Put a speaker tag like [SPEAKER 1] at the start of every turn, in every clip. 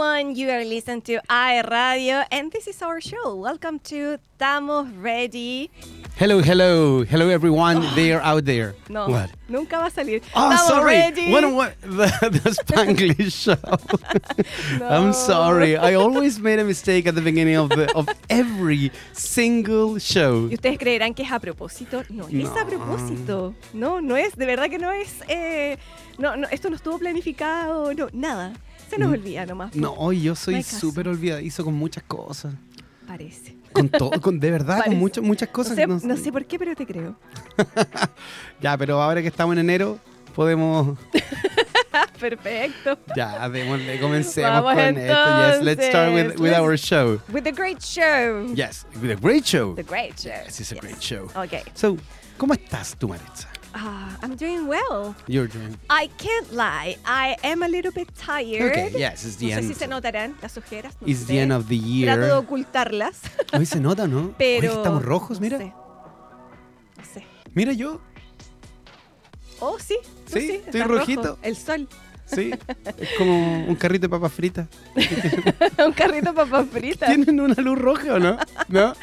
[SPEAKER 1] are listening to I Radio, and this is our show. Welcome to Tamos Ready.
[SPEAKER 2] Hello, hello, hello, everyone there out there.
[SPEAKER 1] No,
[SPEAKER 2] What?
[SPEAKER 1] nunca va a salir.
[SPEAKER 2] Oh,
[SPEAKER 1] Tamo
[SPEAKER 2] sorry.
[SPEAKER 1] Ready.
[SPEAKER 2] What, what the, the Spanglish show.
[SPEAKER 1] No.
[SPEAKER 2] I'm sorry. I always made a mistake at the beginning of the, of every single show.
[SPEAKER 1] Y ustedes creerán que es a propósito. No, es a
[SPEAKER 2] No.
[SPEAKER 1] propósito. No, no es. De verdad que no es. eh, no, no, esto no estuvo planificado. No, nada. Se nos olvida nomás.
[SPEAKER 2] Mm. No, hoy yo soy
[SPEAKER 1] No hay caso.
[SPEAKER 2] súper olvidadizo con muchas cosas.
[SPEAKER 1] Parece.
[SPEAKER 2] Con todo, con, de verdad,
[SPEAKER 1] Parece.
[SPEAKER 2] con muchas muchas
[SPEAKER 1] No
[SPEAKER 2] cosas.
[SPEAKER 1] sé,
[SPEAKER 2] No-
[SPEAKER 1] no sé por qué, pero te creo.
[SPEAKER 2] Ya, pero ahora que estamos en enero, podemos.
[SPEAKER 1] Perfecto.
[SPEAKER 2] Ya, démosle, comencemos
[SPEAKER 1] Vamos
[SPEAKER 2] con esto. Yes, let's start with,
[SPEAKER 1] entonces.
[SPEAKER 2] with our show.
[SPEAKER 1] With a great show.
[SPEAKER 2] Yes, with a great show.
[SPEAKER 1] The great show.
[SPEAKER 2] Yes, it's a great show.
[SPEAKER 1] Okay.
[SPEAKER 2] So, ¿cómo estás tú, Maritza?
[SPEAKER 1] Ah, I'm doing well.
[SPEAKER 2] You're doing.
[SPEAKER 1] I can't lie. I am a little bit tired.
[SPEAKER 2] Okay, yes, it's the
[SPEAKER 1] no
[SPEAKER 2] end.
[SPEAKER 1] sé si se notarán las ojeras. No
[SPEAKER 2] It's
[SPEAKER 1] sé.
[SPEAKER 2] the end of the
[SPEAKER 1] Trato de
[SPEAKER 2] year.
[SPEAKER 1] ocultarlas,
[SPEAKER 2] Hoy se nota, ¿no?
[SPEAKER 1] pero...
[SPEAKER 2] Hoy estamos rojos,
[SPEAKER 1] no
[SPEAKER 2] mira.
[SPEAKER 1] sé. No sé.
[SPEAKER 2] Mira yo.
[SPEAKER 1] Oh, sí. tú
[SPEAKER 2] Sí,
[SPEAKER 1] sí,
[SPEAKER 2] estoy
[SPEAKER 1] estás rojo.
[SPEAKER 2] rojito.
[SPEAKER 1] El sol.
[SPEAKER 2] Sí. Es como un carrito de papas fritas.
[SPEAKER 1] Un carrito de papas fritas.
[SPEAKER 2] Tienen una luz roja, ¿o no? ¿No?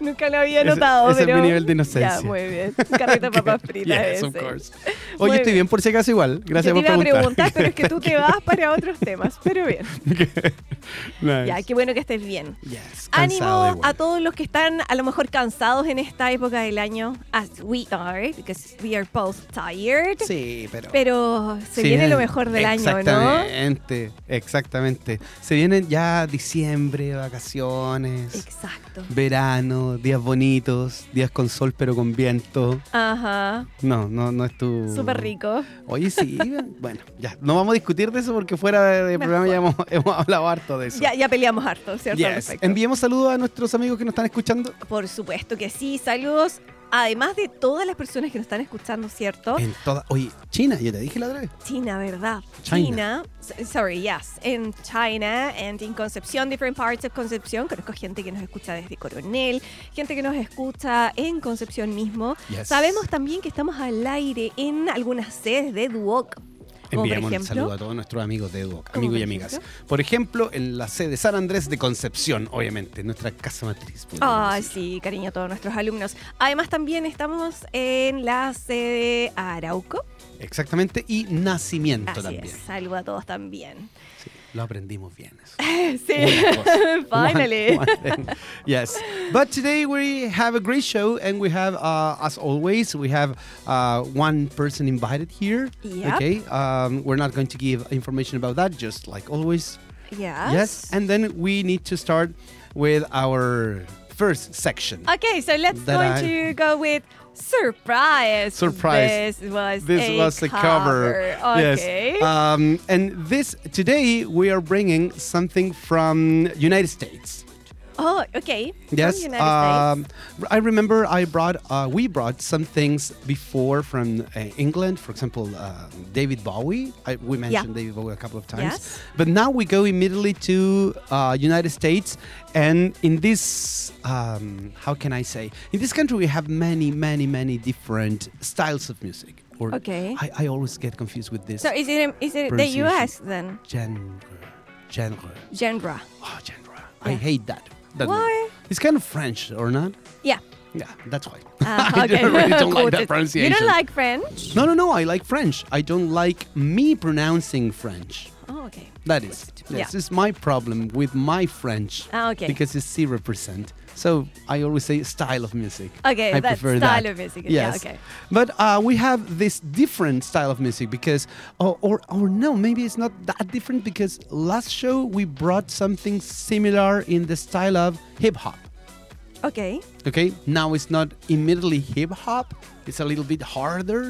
[SPEAKER 1] Nunca lo había
[SPEAKER 2] Ese-
[SPEAKER 1] notado,
[SPEAKER 2] ese es
[SPEAKER 1] pero...
[SPEAKER 2] mi nivel de inocencia.
[SPEAKER 1] Ya, muy bien. Un carrito de papas fritas
[SPEAKER 2] Yes,
[SPEAKER 1] ese.
[SPEAKER 2] of course.
[SPEAKER 1] Muy
[SPEAKER 2] Oye, estoy
[SPEAKER 1] bien.
[SPEAKER 2] bien por si acaso igual. Gracias
[SPEAKER 1] Yo
[SPEAKER 2] por
[SPEAKER 1] te iba a
[SPEAKER 2] preguntar.
[SPEAKER 1] preguntar, pero es que tú te vas para otros temas. Pero bien.
[SPEAKER 2] Nice.
[SPEAKER 1] Ya, qué bueno que estés bien.
[SPEAKER 2] Yes, cansado
[SPEAKER 1] Ánimo
[SPEAKER 2] igual.
[SPEAKER 1] a todos los que están a lo mejor cansados en esta época del año, as we are, because we are both tired.
[SPEAKER 2] Sí, pero...
[SPEAKER 1] Pero se viene lo mejor del año, ¿no?
[SPEAKER 2] Exactamente, exactamente. Se vienen ya diciembre, vacaciones,
[SPEAKER 1] Exacto.
[SPEAKER 2] verano, días bonitos, días con sol pero con viento.
[SPEAKER 1] Ajá.
[SPEAKER 2] No, no, no es tu...
[SPEAKER 1] Súper rico.
[SPEAKER 2] Oye, sí, bueno, ya, no vamos a discutir de eso porque fuera del programa ya hemos, hemos hablado harto de eso.
[SPEAKER 1] Ya, ya peleamos harto, ¿cierto? Al
[SPEAKER 2] Mm. Yes.
[SPEAKER 1] respecto.
[SPEAKER 2] Enviemos saludos a nuestros amigos que nos están escuchando
[SPEAKER 1] Por supuesto que sí. Saludos. Además de todas las personas que nos están escuchando, ¿cierto?
[SPEAKER 2] en toda... Oye, China, yo te dije la otra vez.
[SPEAKER 1] China, ¿verdad?
[SPEAKER 2] China.
[SPEAKER 1] China. s- Sorry, yes. En China and in Concepción, different parts of Concepción. Conozco gente que nos escucha desde Coronel, gente que nos escucha en Concepción mismo.
[SPEAKER 2] Yes.
[SPEAKER 1] Sabemos también que estamos al aire en algunas sedes de Duoc. Como por
[SPEAKER 2] Enviamos un
[SPEAKER 1] ejemplo-
[SPEAKER 2] saludo a todos nuestros amigos de Edu,
[SPEAKER 1] ¿Cómo
[SPEAKER 2] amigos y
[SPEAKER 1] por
[SPEAKER 2] amigas.
[SPEAKER 1] ejemplo?
[SPEAKER 2] Por ejemplo, en la sede San Andrés de Concepción, obviamente, nuestra casa matriz. pues, podríamos
[SPEAKER 1] Ah,
[SPEAKER 2] decir.
[SPEAKER 1] sí, cariño a todos nuestros alumnos. Además, también estamos en la sede Arauco.
[SPEAKER 2] Exactamente, y nacimiento
[SPEAKER 1] Así
[SPEAKER 2] también.
[SPEAKER 1] es. Saludo a todos también.
[SPEAKER 2] Sí, lo aprendimos bien. eso.
[SPEAKER 1] Sí,
[SPEAKER 2] Una cosa.
[SPEAKER 1] finally.
[SPEAKER 2] One- one thing. yes. But today we have a great show, and we have, uh, as always, we have uh, one person invited here.
[SPEAKER 1] Yep.
[SPEAKER 2] Okay. Um, we're not going to give information about that, just like always.
[SPEAKER 1] Yes.
[SPEAKER 2] Yes, and then we need to start with our first section.
[SPEAKER 1] Okay, so let's
[SPEAKER 2] that
[SPEAKER 1] going
[SPEAKER 2] I-
[SPEAKER 1] to go with surprise.
[SPEAKER 2] Surprise.
[SPEAKER 1] This was
[SPEAKER 2] This
[SPEAKER 1] a
[SPEAKER 2] was the cover.
[SPEAKER 1] Okay.
[SPEAKER 2] Yes. Um, and this today we are bringing something from United States.
[SPEAKER 1] oh, okay. From
[SPEAKER 2] Yes.
[SPEAKER 1] United States.
[SPEAKER 2] um, I remember I brought uh, we brought some things before from uh, England. For example, uh, David Bowie. I, we mentioned David Bowie a couple of times.
[SPEAKER 1] Yes.
[SPEAKER 2] But now we go immediately to uh, United States, and in this, um, how can I say, in this country we have many, many, many different styles of music. Or
[SPEAKER 1] Okay.
[SPEAKER 2] I, I always get confused with this.
[SPEAKER 1] So is it is it the
[SPEAKER 2] pronunciation.
[SPEAKER 1] U.S. then
[SPEAKER 2] genre, genre,
[SPEAKER 1] genre?
[SPEAKER 2] oh, genre. I
[SPEAKER 1] Yeah.
[SPEAKER 2] hate that. that word.
[SPEAKER 1] Why?
[SPEAKER 2] It's kind of French, or not?
[SPEAKER 1] Yeah.
[SPEAKER 2] Yeah, that's why.
[SPEAKER 1] Ah,
[SPEAKER 2] I
[SPEAKER 1] okay.
[SPEAKER 2] really don't like that
[SPEAKER 1] Quoted.
[SPEAKER 2] pronunciation.
[SPEAKER 1] You don't like French?
[SPEAKER 2] No, no, no. I like French. I don't like me pronouncing French.
[SPEAKER 1] Oh, okay.
[SPEAKER 2] That is,
[SPEAKER 1] Yeah.
[SPEAKER 2] this is my problem with my French.
[SPEAKER 1] Ah, okay.
[SPEAKER 2] Because it's zero percent. So I always say style of music.
[SPEAKER 1] Okay,
[SPEAKER 2] I
[SPEAKER 1] that
[SPEAKER 2] prefer
[SPEAKER 1] style
[SPEAKER 2] that.
[SPEAKER 1] of music, yeah,
[SPEAKER 2] Yes.
[SPEAKER 1] okay.
[SPEAKER 2] But uh, we have this different style of music because, or, or or no, maybe it's not that different because last show we brought something similar in the style of hip hop.
[SPEAKER 1] Okay.
[SPEAKER 2] Okay, now it's not immediately hip hop. It's a little bit harder.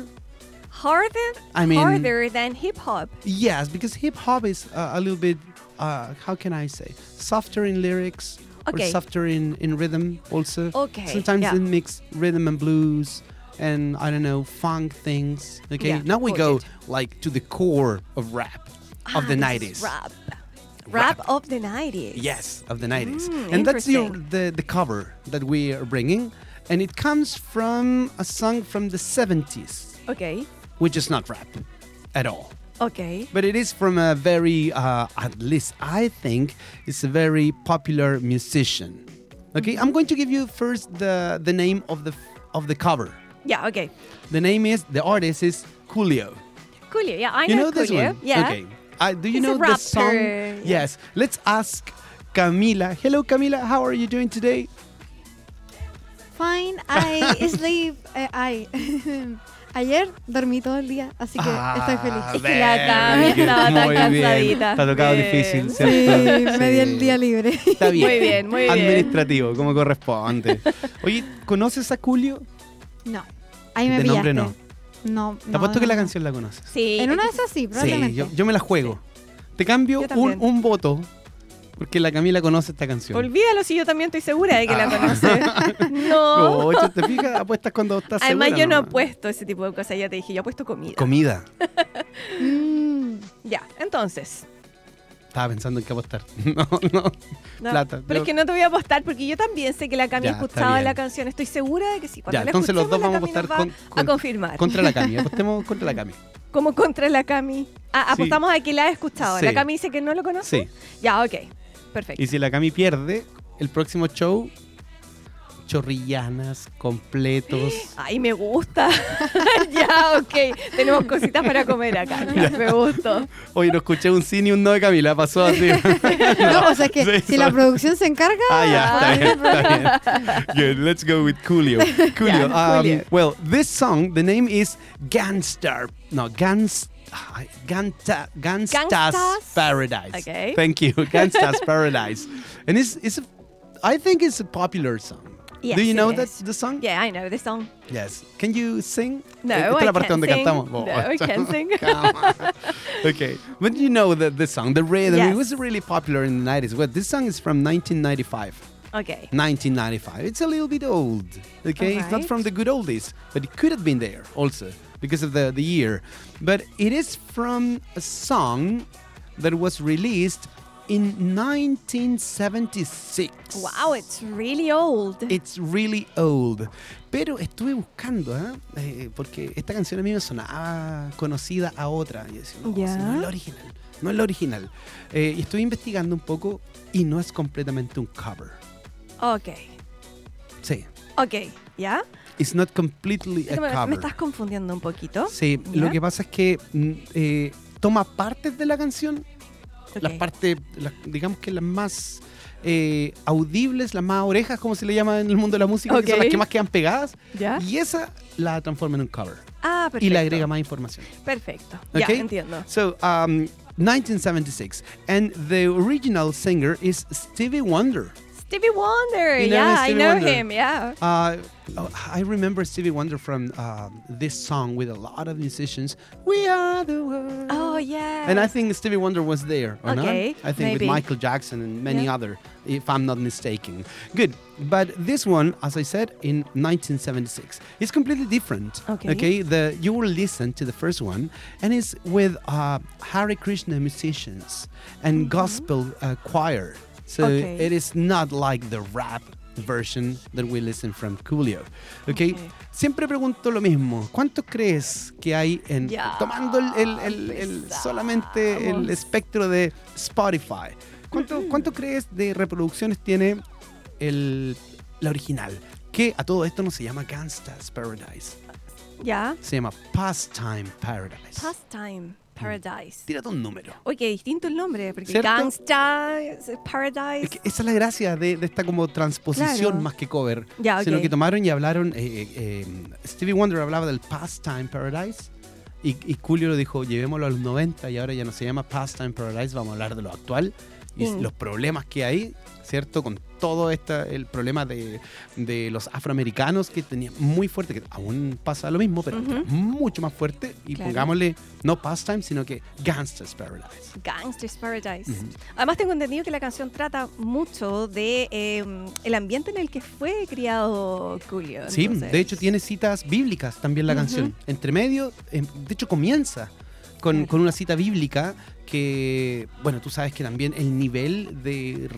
[SPEAKER 1] Harder.
[SPEAKER 2] I mean-
[SPEAKER 1] harder than hip hop.
[SPEAKER 2] Yes, because hip hop is uh, a little bit, uh, how can I say, softer in lyrics or
[SPEAKER 1] Okay.
[SPEAKER 2] softer in, in rhythm also.
[SPEAKER 1] Okay,
[SPEAKER 2] Sometimes
[SPEAKER 1] yeah.
[SPEAKER 2] they mix rhythm and blues and I don't know, funk things. Okay,
[SPEAKER 1] Yeah,
[SPEAKER 2] now we
[SPEAKER 1] got
[SPEAKER 2] go
[SPEAKER 1] it.
[SPEAKER 2] like to the core of rap of
[SPEAKER 1] Ah,
[SPEAKER 2] the
[SPEAKER 1] this
[SPEAKER 2] 90s.
[SPEAKER 1] is Rap.
[SPEAKER 2] Rap.
[SPEAKER 1] Rap of the 90s.
[SPEAKER 2] Yes, of the 90s.
[SPEAKER 1] Mm,
[SPEAKER 2] and that's your,
[SPEAKER 1] interesting.
[SPEAKER 2] the, the cover that we are bringing. And it comes from a song from the 70s.
[SPEAKER 1] Okay.
[SPEAKER 2] which is not rap at all.
[SPEAKER 1] Okay.
[SPEAKER 2] But it is from a very, uh, at least I think, it's a very popular musician. Okay, I'm going to give you first the the name of the of the cover.
[SPEAKER 1] Yeah, okay.
[SPEAKER 2] The name is the artist is Coolio.
[SPEAKER 1] Coolio. Yeah, I
[SPEAKER 2] You
[SPEAKER 1] know,
[SPEAKER 2] know this
[SPEAKER 1] Coolio.
[SPEAKER 2] one?
[SPEAKER 1] Yeah.
[SPEAKER 2] Okay. Uh, do you
[SPEAKER 1] He's
[SPEAKER 2] know
[SPEAKER 1] a
[SPEAKER 2] the song?
[SPEAKER 1] rapper.
[SPEAKER 2] Yes. Let's ask Camila. Hello, Camila. How are you doing today?
[SPEAKER 3] Fine, I sleep. eh, I. Ayer dormí todo el día, así que
[SPEAKER 2] Ah,
[SPEAKER 3] estoy feliz.
[SPEAKER 1] Es que la tan-
[SPEAKER 2] very good.
[SPEAKER 1] estaba tan
[SPEAKER 2] Muy bien.
[SPEAKER 1] cansadita.
[SPEAKER 2] Te ha tocado
[SPEAKER 1] Bien.
[SPEAKER 2] difícil,
[SPEAKER 3] Sí,
[SPEAKER 2] ¿cierto?
[SPEAKER 3] me di el
[SPEAKER 2] Sí.
[SPEAKER 3] día libre.
[SPEAKER 2] Está bien.
[SPEAKER 1] Muy bien, muy bien.
[SPEAKER 2] Administrativo, como corresponde. Oye, ¿conoces a Julio?
[SPEAKER 3] No, ahí me
[SPEAKER 2] De nombre
[SPEAKER 3] pillaste.
[SPEAKER 2] no.
[SPEAKER 3] No,
[SPEAKER 2] Te
[SPEAKER 3] no,
[SPEAKER 2] apuesto
[SPEAKER 3] no,
[SPEAKER 2] que la
[SPEAKER 3] no.
[SPEAKER 2] canción la conoces.
[SPEAKER 1] Sí.
[SPEAKER 3] En una de esas sí, probablemente.
[SPEAKER 2] Sí, yo, yo me la juego. Te cambio
[SPEAKER 1] Yo
[SPEAKER 2] un,
[SPEAKER 1] también.
[SPEAKER 2] un voto porque la Camila conoce esta canción.
[SPEAKER 1] Olvídalo si yo también estoy segura de que
[SPEAKER 2] Ah.
[SPEAKER 1] la conoce. No.
[SPEAKER 2] Oye, Oh, ¿te fijas? Apuestas cuando estás
[SPEAKER 1] Además,
[SPEAKER 2] segura
[SPEAKER 1] yo no
[SPEAKER 2] nomás.
[SPEAKER 1] apuesto ese tipo de cosas. Ya te dije, yo apuesto comida.
[SPEAKER 2] Comida.
[SPEAKER 3] Mm,
[SPEAKER 1] ya, entonces.
[SPEAKER 2] Estaba pensando en qué apostar. No, no.
[SPEAKER 1] No,
[SPEAKER 2] Plata.
[SPEAKER 1] Pero
[SPEAKER 2] Yo-
[SPEAKER 1] es que no te voy a apostar porque yo también sé que la Cami
[SPEAKER 2] Ya, está
[SPEAKER 1] escuchaba
[SPEAKER 2] bien.
[SPEAKER 1] la canción. Estoy segura de que sí. Cuando
[SPEAKER 2] Ya,
[SPEAKER 1] la
[SPEAKER 2] entonces los dos
[SPEAKER 1] escuchemos,
[SPEAKER 2] vamos a apostar
[SPEAKER 1] la Cami nos va
[SPEAKER 2] con- con-
[SPEAKER 1] a confirmar.
[SPEAKER 2] Contra la Cami. Apostemos contra la Cami.
[SPEAKER 1] Como contra la Cami. Ah,
[SPEAKER 2] Sí.
[SPEAKER 1] apostamos a que la ha escuchado.
[SPEAKER 2] Sí.
[SPEAKER 1] La Cami dice que no lo conoce.
[SPEAKER 2] Sí.
[SPEAKER 1] Ya, ok. Perfecto.
[SPEAKER 2] Y si la Cami pierde, el próximo show, chorrillanas, completos.
[SPEAKER 1] Ay, me gusta. ya, ok. Tenemos cositas para comer acá. Ya, me gustó.
[SPEAKER 2] Oye, no escuché un sí ni un no de Camila, pasó así.
[SPEAKER 3] No, o sea, es que
[SPEAKER 2] Sí,
[SPEAKER 3] si la
[SPEAKER 2] sorry.
[SPEAKER 3] producción se encarga.
[SPEAKER 2] Ah, yeah, está bien, está bien. Good, let's go with Coolio. Coolio.
[SPEAKER 1] Yeah,
[SPEAKER 2] um,
[SPEAKER 1] Coolio.
[SPEAKER 2] Well, this song, the name is Gangstar. No, Gans. ah, Ganta, Gangsta's
[SPEAKER 1] Gangsta's-
[SPEAKER 2] Paradise.
[SPEAKER 1] Okay.
[SPEAKER 2] Thank you. Gangsta's Paradise. And it's, it's a, I think it's a popular song.
[SPEAKER 1] Yes,
[SPEAKER 2] Do you
[SPEAKER 1] it
[SPEAKER 2] know
[SPEAKER 1] is.
[SPEAKER 2] that the song?
[SPEAKER 1] Yeah, I know the song.
[SPEAKER 2] Yes. Can you sing?
[SPEAKER 1] No,
[SPEAKER 2] Eh, Esta es
[SPEAKER 1] I
[SPEAKER 2] la parte
[SPEAKER 1] can't
[SPEAKER 2] donde
[SPEAKER 1] sing.
[SPEAKER 2] cantamos. Oh,
[SPEAKER 1] No, I can't sing.
[SPEAKER 2] Come on. okay. But you know the, the song, the rhythm. It
[SPEAKER 1] Yes.
[SPEAKER 2] was really popular in the 90s. Well, this song is from 1995.
[SPEAKER 1] Ok.
[SPEAKER 2] 1995. It's a little bit old. Okay, it's not
[SPEAKER 1] Alright.
[SPEAKER 2] from the good oldies, but it could have been there also because of the the year. But it is from a song that was released in 1976.
[SPEAKER 1] Wow, it's really old.
[SPEAKER 2] It's really old. Pero estuve buscando, ¿ah? Eh, porque esta canción a mí me sonaba conocida a otra. Y yo decía, no,
[SPEAKER 1] Ya.
[SPEAKER 2] si no es la original. No es la original. Eh, y estuve investigando un poco y no es completamente un cover.
[SPEAKER 1] Ok.
[SPEAKER 2] Sí.
[SPEAKER 1] Ok. ¿Ya?
[SPEAKER 2] It's not completely
[SPEAKER 1] Es que
[SPEAKER 2] a
[SPEAKER 1] me, me
[SPEAKER 2] cover.
[SPEAKER 1] estás confundiendo un poquito.
[SPEAKER 2] Sí,
[SPEAKER 1] Ya.
[SPEAKER 2] lo que pasa es que mm, eh, toma partes de la canción,
[SPEAKER 1] Ok.
[SPEAKER 2] las partes, las- digamos que las más eh, audibles, las más orejas, como se le llama en el mundo de la música, que son las
[SPEAKER 1] Ok.
[SPEAKER 2] que más quedan pegadas,
[SPEAKER 1] ¿Ya?
[SPEAKER 2] y esa la transforma en un cover
[SPEAKER 1] Ah, perfecto.
[SPEAKER 2] y le agrega más información.
[SPEAKER 1] Perfecto.
[SPEAKER 2] Okay?
[SPEAKER 1] Ya, entiendo.
[SPEAKER 2] So, um, 1976, and the original singer is Stevie Wonder.
[SPEAKER 1] Stevie Wonder.
[SPEAKER 2] You know
[SPEAKER 1] yeah, I
[SPEAKER 2] Stevie
[SPEAKER 1] know
[SPEAKER 2] Wonder?
[SPEAKER 1] him. Yeah.
[SPEAKER 2] Uh, I remember Stevie Wonder from um, this song with a lot of musicians. We are the world.
[SPEAKER 1] Oh, yeah.
[SPEAKER 2] And I think Stevie Wonder was there, or
[SPEAKER 1] Okay,
[SPEAKER 2] not? I think
[SPEAKER 1] maybe.
[SPEAKER 2] with Michael Jackson and many
[SPEAKER 1] Yeah.
[SPEAKER 2] other, if I'm not mistaken. Good, but this one, as I said, in 1976, it's completely different.
[SPEAKER 1] Okay.
[SPEAKER 2] the you will listen to the first one, and it's with uh, Hare Krishna musicians and gospel uh, choir. So
[SPEAKER 1] Mm-hmm. Okay.
[SPEAKER 2] it is not like the rap version that we listen from Coolio. Okay.
[SPEAKER 1] Okay.
[SPEAKER 2] Siempre pregunto lo mismo. ¿Cuántos crees que hay en
[SPEAKER 1] Ya,
[SPEAKER 2] tomando el, el- el- el- solamente el
[SPEAKER 1] empezamos.
[SPEAKER 2] espectro de Spotify. ¿Cuánto, cuánto crees de reproducciones tiene el, la original? Que a todo esto no se llama Gangsta's Paradise,
[SPEAKER 1] Ya.
[SPEAKER 2] se llama Pastime Paradise.
[SPEAKER 1] Pastime Paradise.
[SPEAKER 2] Tírate un número.
[SPEAKER 1] Oye, qué distinto el nombre, porque
[SPEAKER 2] ¿Cierto?
[SPEAKER 1] Gangsta,
[SPEAKER 2] Es
[SPEAKER 1] Paradise.
[SPEAKER 2] que esa es la gracia de, de esta como transposición
[SPEAKER 3] Claro.
[SPEAKER 2] más que cover.
[SPEAKER 1] Ya,
[SPEAKER 2] Sino
[SPEAKER 1] ok.
[SPEAKER 2] que tomaron y hablaron, eh, eh, eh, Stevie Wonder hablaba del Pastime Paradise y, y Julio lo dijo, llevémoslo a los 90 y ahora ya no se llama Pastime Paradise, vamos a hablar de lo actual y
[SPEAKER 1] Mm.
[SPEAKER 2] los problemas que hay, ¿cierto? Con todo esta, el problema de, de los afroamericanos que tenía muy fuerte, que aún pasa lo mismo, pero
[SPEAKER 1] Ujú.
[SPEAKER 2] mucho más fuerte y
[SPEAKER 1] Claro.
[SPEAKER 2] pongámosle no Pastime, sino que Gangsters Paradise.
[SPEAKER 1] Gangster's Paradise. Además tengo entendido que la canción trata mucho de eh, el ambiente en el que fue criado Julio.
[SPEAKER 2] Sí,
[SPEAKER 1] entonces.
[SPEAKER 2] de hecho tiene citas bíblicas también la canción. Entre medio, em, de hecho comienza con,
[SPEAKER 1] Claro.
[SPEAKER 2] con una cita bíblica que, bueno, tú sabes que también el nivel de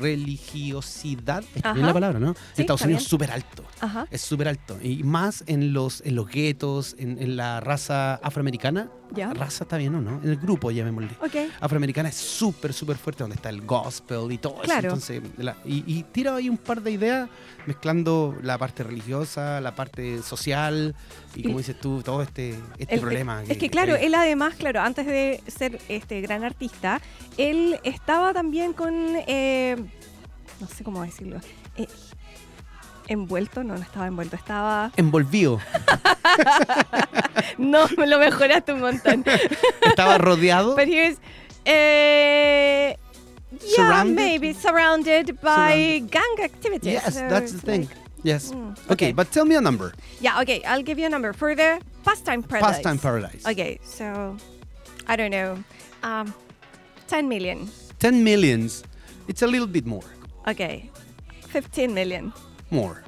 [SPEAKER 2] religiosidad, es bien la
[SPEAKER 1] Ajá.
[SPEAKER 2] palabra, ¿no? En
[SPEAKER 1] Sí,
[SPEAKER 2] Estados Unidos
[SPEAKER 1] está bien.
[SPEAKER 2] es súper alto.
[SPEAKER 1] Ajá.
[SPEAKER 2] Es súper alto. Y más en los, en los guetos, en, en la raza afroamericana,
[SPEAKER 1] Ya.
[SPEAKER 2] raza está bien o no, en el grupo llamémosle.
[SPEAKER 1] Ok.
[SPEAKER 2] Afroamericana es súper, súper fuerte, donde está el gospel y todo
[SPEAKER 1] Claro.
[SPEAKER 2] eso. Entonces, la- y, y tiro ahí un par de ideas mezclando la parte religiosa, la parte social y,
[SPEAKER 1] Y-
[SPEAKER 2] como dices tú, todo este, este
[SPEAKER 1] El-
[SPEAKER 2] problema.
[SPEAKER 1] Es que claro, él además, claro, antes de ser este gran artista, él estaba también con, eh, no sé cómo decirlo, eh, envuelto, no, no estaba envuelto, estaba...
[SPEAKER 2] Envolvido,
[SPEAKER 1] No, me lo mejoraste un montón.
[SPEAKER 2] estaba rodeado.
[SPEAKER 1] But here's... Eh, yeah,
[SPEAKER 2] Surrounded?
[SPEAKER 1] maybe surrounded by gang activities.
[SPEAKER 2] yes,
[SPEAKER 1] So
[SPEAKER 2] that's the
[SPEAKER 1] it's
[SPEAKER 2] thing.
[SPEAKER 1] like-
[SPEAKER 2] Yes.
[SPEAKER 1] Mm,
[SPEAKER 2] okay.
[SPEAKER 1] okay.
[SPEAKER 2] but tell me a number.
[SPEAKER 1] yeah, okay, I'll give you a number for the pastime paradise.
[SPEAKER 2] Pastime paradise.
[SPEAKER 1] Okay, so I don't know, um, 10 million.
[SPEAKER 2] 10 millions. It's a little bit more.
[SPEAKER 1] Okay, 15 million.
[SPEAKER 2] More.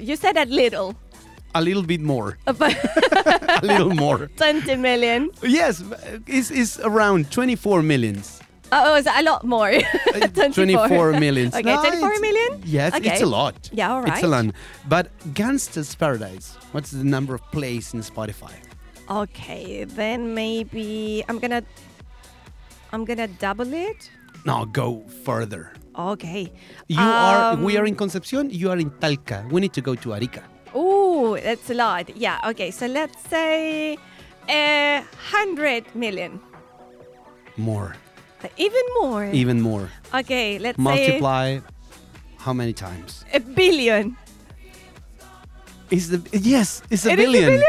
[SPEAKER 1] You said that little,
[SPEAKER 2] A little bit more.
[SPEAKER 1] but
[SPEAKER 2] a little more.
[SPEAKER 1] 20 million.
[SPEAKER 2] Yes, it's, it's around 24 millions.
[SPEAKER 1] Oh, it's a lot more.
[SPEAKER 2] Uh,
[SPEAKER 1] 24.
[SPEAKER 2] 24 millions.
[SPEAKER 1] Okay,
[SPEAKER 2] No,
[SPEAKER 1] 24
[SPEAKER 2] it's-
[SPEAKER 1] million?
[SPEAKER 2] Yes,
[SPEAKER 1] Okay.
[SPEAKER 2] it's a lot.
[SPEAKER 1] Yeah, all
[SPEAKER 2] It's
[SPEAKER 1] right.
[SPEAKER 2] a lot. But Gangsta's Paradise, what's the number of plays in Spotify?
[SPEAKER 1] Okay, then maybe I'm gonna I'm gonna double it.
[SPEAKER 2] No, go further.
[SPEAKER 1] Okay.
[SPEAKER 2] You are. We
[SPEAKER 1] Um,
[SPEAKER 2] are in Concepcion. You are in Talca. We need to go to Arica.
[SPEAKER 1] Ooh, that's a lot. Yeah. Okay. So let's say a hundred million,
[SPEAKER 2] More,
[SPEAKER 1] even more.
[SPEAKER 2] even more.
[SPEAKER 1] okay. Let's
[SPEAKER 2] Multiply. How many times?
[SPEAKER 1] say a billion.
[SPEAKER 2] Is the yes? It's a
[SPEAKER 1] It is a
[SPEAKER 2] billion.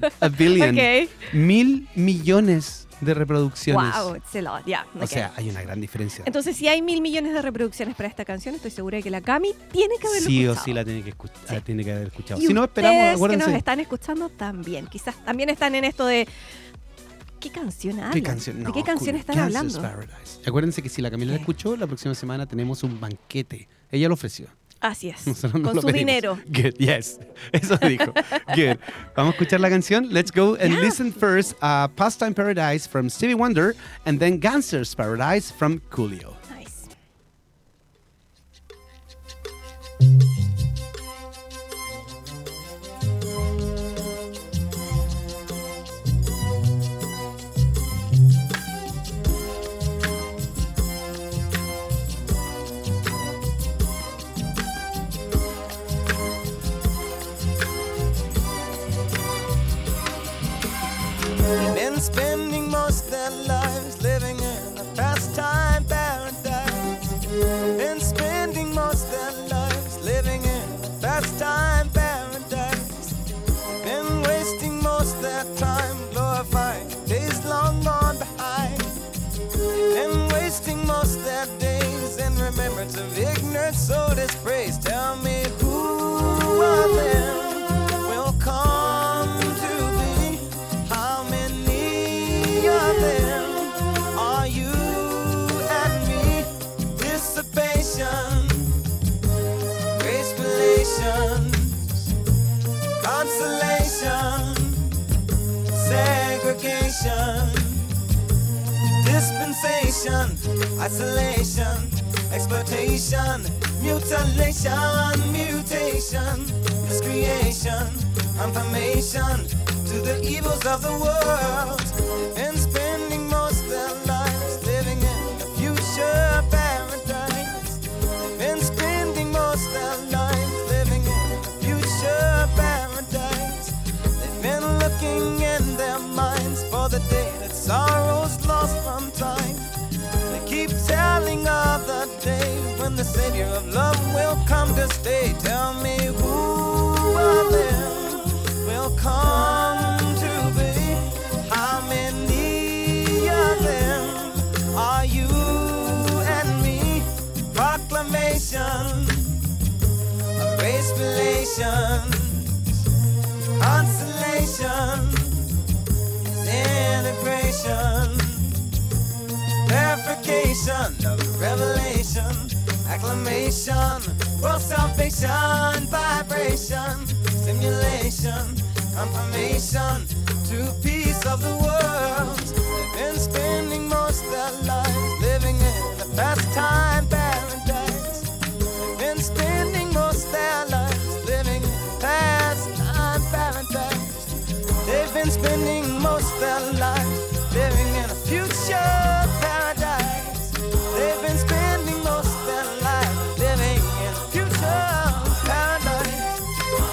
[SPEAKER 2] It's a billion. a billion.
[SPEAKER 1] Okay.
[SPEAKER 2] Mil millones de reproducciones.
[SPEAKER 1] Wow, it's a lot. Yeah.
[SPEAKER 2] O
[SPEAKER 1] okay.
[SPEAKER 2] sea, hay una gran diferencia.
[SPEAKER 1] Entonces, si hay mil millones de reproducciones para esta canción, estoy segura de que la Cami tiene que haberlo
[SPEAKER 2] sí o
[SPEAKER 1] escuchado.
[SPEAKER 2] sí la tiene que, escu- la tiene que haber escuchado.
[SPEAKER 1] Y
[SPEAKER 2] Si no, esperamos,
[SPEAKER 1] ustedes que nos
[SPEAKER 2] acuérdense.
[SPEAKER 1] están escuchando también, quizás también están en esto de ¿qué canción hablan?
[SPEAKER 2] ¿Qué canción?
[SPEAKER 1] ¿De
[SPEAKER 2] No,
[SPEAKER 1] qué canción
[SPEAKER 2] cool.
[SPEAKER 1] están
[SPEAKER 2] Kansas
[SPEAKER 1] hablando?
[SPEAKER 2] Paradise. Acuérdense que si la Camila la
[SPEAKER 1] ¿Qué?
[SPEAKER 2] escuchó, la próxima semana tenemos un banquete. Ella lo ofreció.
[SPEAKER 1] Así es.
[SPEAKER 2] Nosotros no
[SPEAKER 1] Con
[SPEAKER 2] lo
[SPEAKER 1] su
[SPEAKER 2] pedimos.
[SPEAKER 1] dinero.
[SPEAKER 2] Good, yes. Eso dijo. Good. Vamos a escuchar la canción. Let's go and
[SPEAKER 1] Yeah.
[SPEAKER 2] listen first uh, Pastime Paradise from Stevie Wonder and then Gangster's Paradise from Coolio.
[SPEAKER 1] Nice.
[SPEAKER 4] Men spending most of their lives living in a pastime paradise. Men spending most of their lives living in a pastime paradise. Men wasting most of their time glorifying days long gone behind. Men wasting most of their days in remembrance of ignorance so disgrace. Tell me who of them will come to thee? How many of them are you and me? Dissipation, grace relations, consolation, segregation dispensation, isolation, exploitation, mutilation, mutation, miscreation, confirmation to the evils of the world, and spending most their lives living in a future paradise, and spending most their lives living in a future paradise. They've been looking in their minds for the day that sorrow's lost from time. They keep telling of the day when the Savior of love will come to stay. Tell me who of them will come to be? How many of them are you and me? Proclamation of race relations consolation, integration, verification of revelation, acclamation, world salvation, vibration, stimulation, confirmation to peace of the world. They've been spending most their lives living in the pastime paradise. They've been spending most their lives living in past time paradise. They've been spending most their lives living in a future paradise. They've been spending most their life living in a future paradise.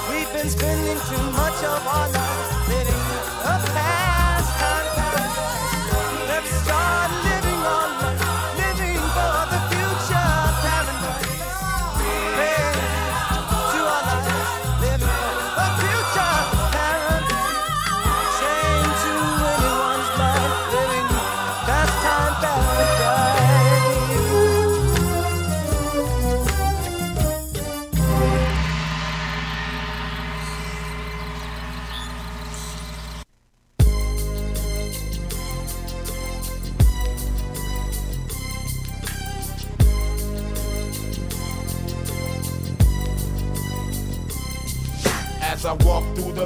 [SPEAKER 4] We've been spending too much of our lives living in a past paradise. Let's start living our life, living for the future paradise. Hey, to our lives, living for the future paradise. Chained to anyone's life, living pastime paradise.
[SPEAKER 5] As I walk through the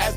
[SPEAKER 5] As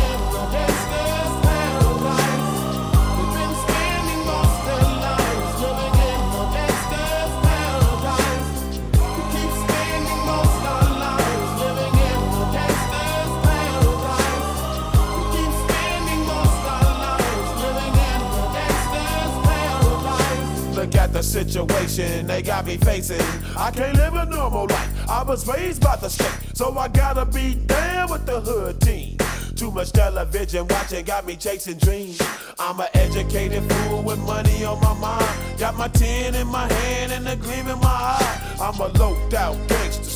[SPEAKER 5] in the gangster's paradise. We've been spending most their lives living in the gangster's paradise. We keep spending most our lives living in the gangster's paradise. Keep spending most our lives living in the gangster's paradise. Look at the situation they got me facing. I can't live a normal life. I was raised by the state, so I gotta be down with the hood team. Too much television watching got me chasing dreams. I'm an educated fool with money on my mind. Got my tin in my hand and a gleam in my eye. I'm a loped out gangster,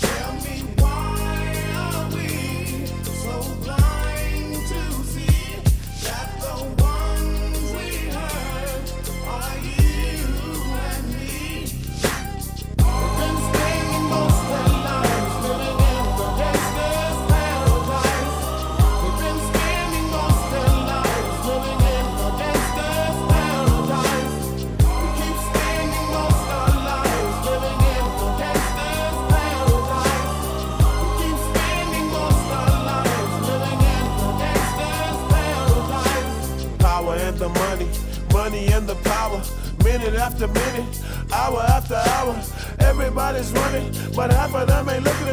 [SPEAKER 5] Tell me why are we so blind to see that the ones we hurt are you and me? Been spending most their lives living in the gangster's paradise. We've been spending most their lives living in the gangster's paradise. We keep spending most our lives living in the gangster's paradise. We keep spending most our lives living in the gangster's paradise. Power and the money, money and the power. Minute after minute, hour after hour, everybody's running, but half of them ain't looking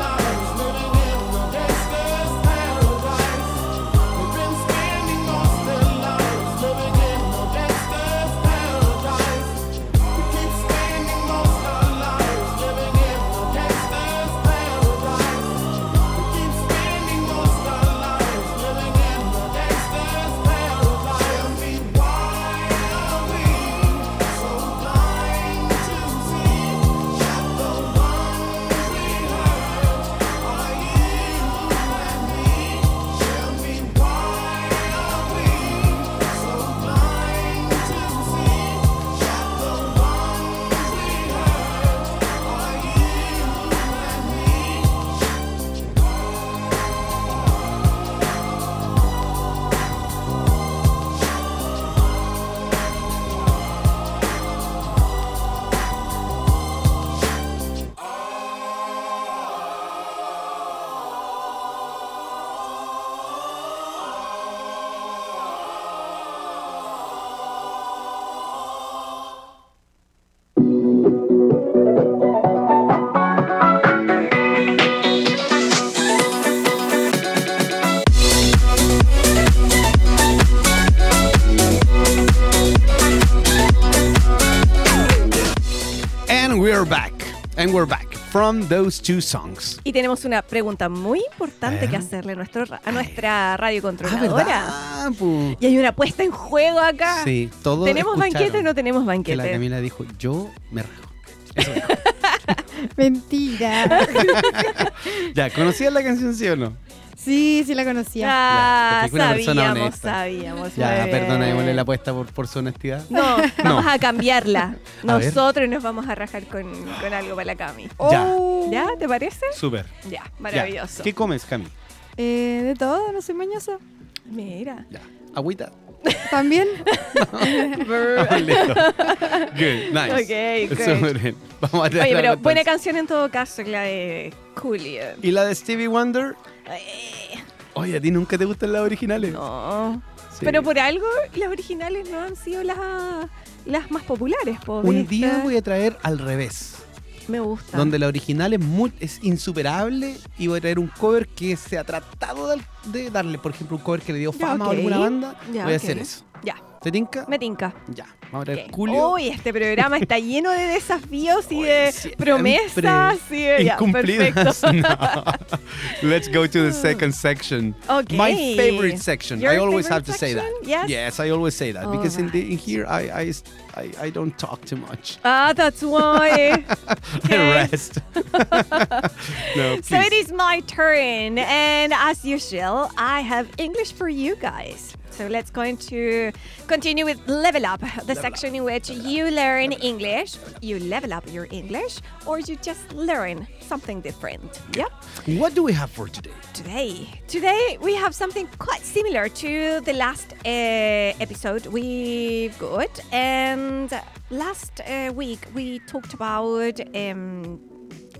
[SPEAKER 5] lives living in the gangster's paradise. We've been spending most their lives living in the gangster's paradise. We keep spending most our lives living in the gangster's paradise. We keep spending most our lives living in the gangster's paradise. Tell me why are we so blind to see that the ones we hurt
[SPEAKER 2] And we're back from those two songs.
[SPEAKER 1] Y tenemos una pregunta muy importante
[SPEAKER 2] Eh.
[SPEAKER 1] que hacerle a, nuestro, ra- a nuestra radio
[SPEAKER 2] Ah,
[SPEAKER 1] controladora.
[SPEAKER 2] ¿verdad? po?
[SPEAKER 1] y hay una puesta en juego
[SPEAKER 2] Ah,
[SPEAKER 1] acá.
[SPEAKER 2] pues. Sí, todo
[SPEAKER 1] ¿Tenemos banquete o no tenemos
[SPEAKER 2] Que la
[SPEAKER 1] banquete?
[SPEAKER 2] Camila dijo, yo me rajo.
[SPEAKER 3] Mentira.
[SPEAKER 2] Ya, ¿conocías la canción, sí o no?
[SPEAKER 3] Sí, sí la conocía.
[SPEAKER 2] Ya,
[SPEAKER 1] Ah,
[SPEAKER 2] porque una persona
[SPEAKER 1] sabíamos,
[SPEAKER 2] honesta.
[SPEAKER 1] sabíamos. muy
[SPEAKER 2] Ya,
[SPEAKER 1] bien.
[SPEAKER 2] perdonémosle la apuesta por, por su honestidad.
[SPEAKER 1] No, vamos a cambiarla.
[SPEAKER 2] A ver.
[SPEAKER 1] Nosotros nos vamos a rajar con, con algo para la Cami.
[SPEAKER 3] Oh,
[SPEAKER 2] Ya.
[SPEAKER 1] ¿Ya? ¿Te parece?
[SPEAKER 2] Súper. Ya.
[SPEAKER 1] Ya, maravilloso.
[SPEAKER 2] ¿Qué comes, Cami?
[SPEAKER 3] Eh, de todo, no soy mañosa.
[SPEAKER 1] Mira.
[SPEAKER 2] Ya. Agüita.
[SPEAKER 3] También.
[SPEAKER 2] Listo. Good, nice.
[SPEAKER 1] Ok, great.
[SPEAKER 2] Súper bien. Vamos a
[SPEAKER 1] Oye,
[SPEAKER 2] tratar
[SPEAKER 1] pero
[SPEAKER 2] de
[SPEAKER 1] buena
[SPEAKER 2] pensar.
[SPEAKER 1] canción en todo caso, la de Julian.
[SPEAKER 2] ¿Y la de Stevie Wonder? Oye, ¿a ti nunca te gustan las originales?
[SPEAKER 1] Eh. No.
[SPEAKER 2] Sí.
[SPEAKER 1] Pero por algo las originales no han sido las, las más populares, po,
[SPEAKER 2] Un
[SPEAKER 1] ¿viste?
[SPEAKER 2] día voy a traer al revés,
[SPEAKER 1] Me gusta.
[SPEAKER 2] donde la original es, mu- es insuperable y voy a traer un cover que se ha tratado de, de darle, por ejemplo, un cover que le dio
[SPEAKER 1] Ya,
[SPEAKER 2] fama
[SPEAKER 1] ok.
[SPEAKER 2] a alguna banda.
[SPEAKER 1] Ya,
[SPEAKER 2] voy a
[SPEAKER 1] ok.
[SPEAKER 2] hacer eso.
[SPEAKER 1] Ya,
[SPEAKER 2] ¿Te tinca?
[SPEAKER 1] me tinca.
[SPEAKER 2] Ya, vamos a traer
[SPEAKER 1] Ok.
[SPEAKER 2] Julio.
[SPEAKER 1] Uy, este programa está lleno de desafíos y
[SPEAKER 2] Uy,
[SPEAKER 1] de
[SPEAKER 2] siempre
[SPEAKER 1] promesas. y de- ya,
[SPEAKER 2] Incumplidas.
[SPEAKER 1] perfecto.
[SPEAKER 2] No. Let's go to the second section.
[SPEAKER 1] Okay.
[SPEAKER 2] My favorite section.
[SPEAKER 1] Your
[SPEAKER 2] I always have
[SPEAKER 1] favorite
[SPEAKER 2] to say that.
[SPEAKER 1] section? Yes.
[SPEAKER 2] I always say that
[SPEAKER 1] All
[SPEAKER 2] because in, the, in here I, I, I, I don't talk too much.
[SPEAKER 1] Ah, that's why.
[SPEAKER 2] I
[SPEAKER 1] Okay.
[SPEAKER 2] rest. no,
[SPEAKER 1] so it
[SPEAKER 2] please.
[SPEAKER 1] is my turn, and as usual, I have English for you guys. So let's going to continue with level up, the section in which you learn English, you level up your English, or you just learn something different. Yep.
[SPEAKER 2] What do we have for today?
[SPEAKER 1] today. Today we have something quite similar to the last uh, episode we've got, and last uh, week we talked about um,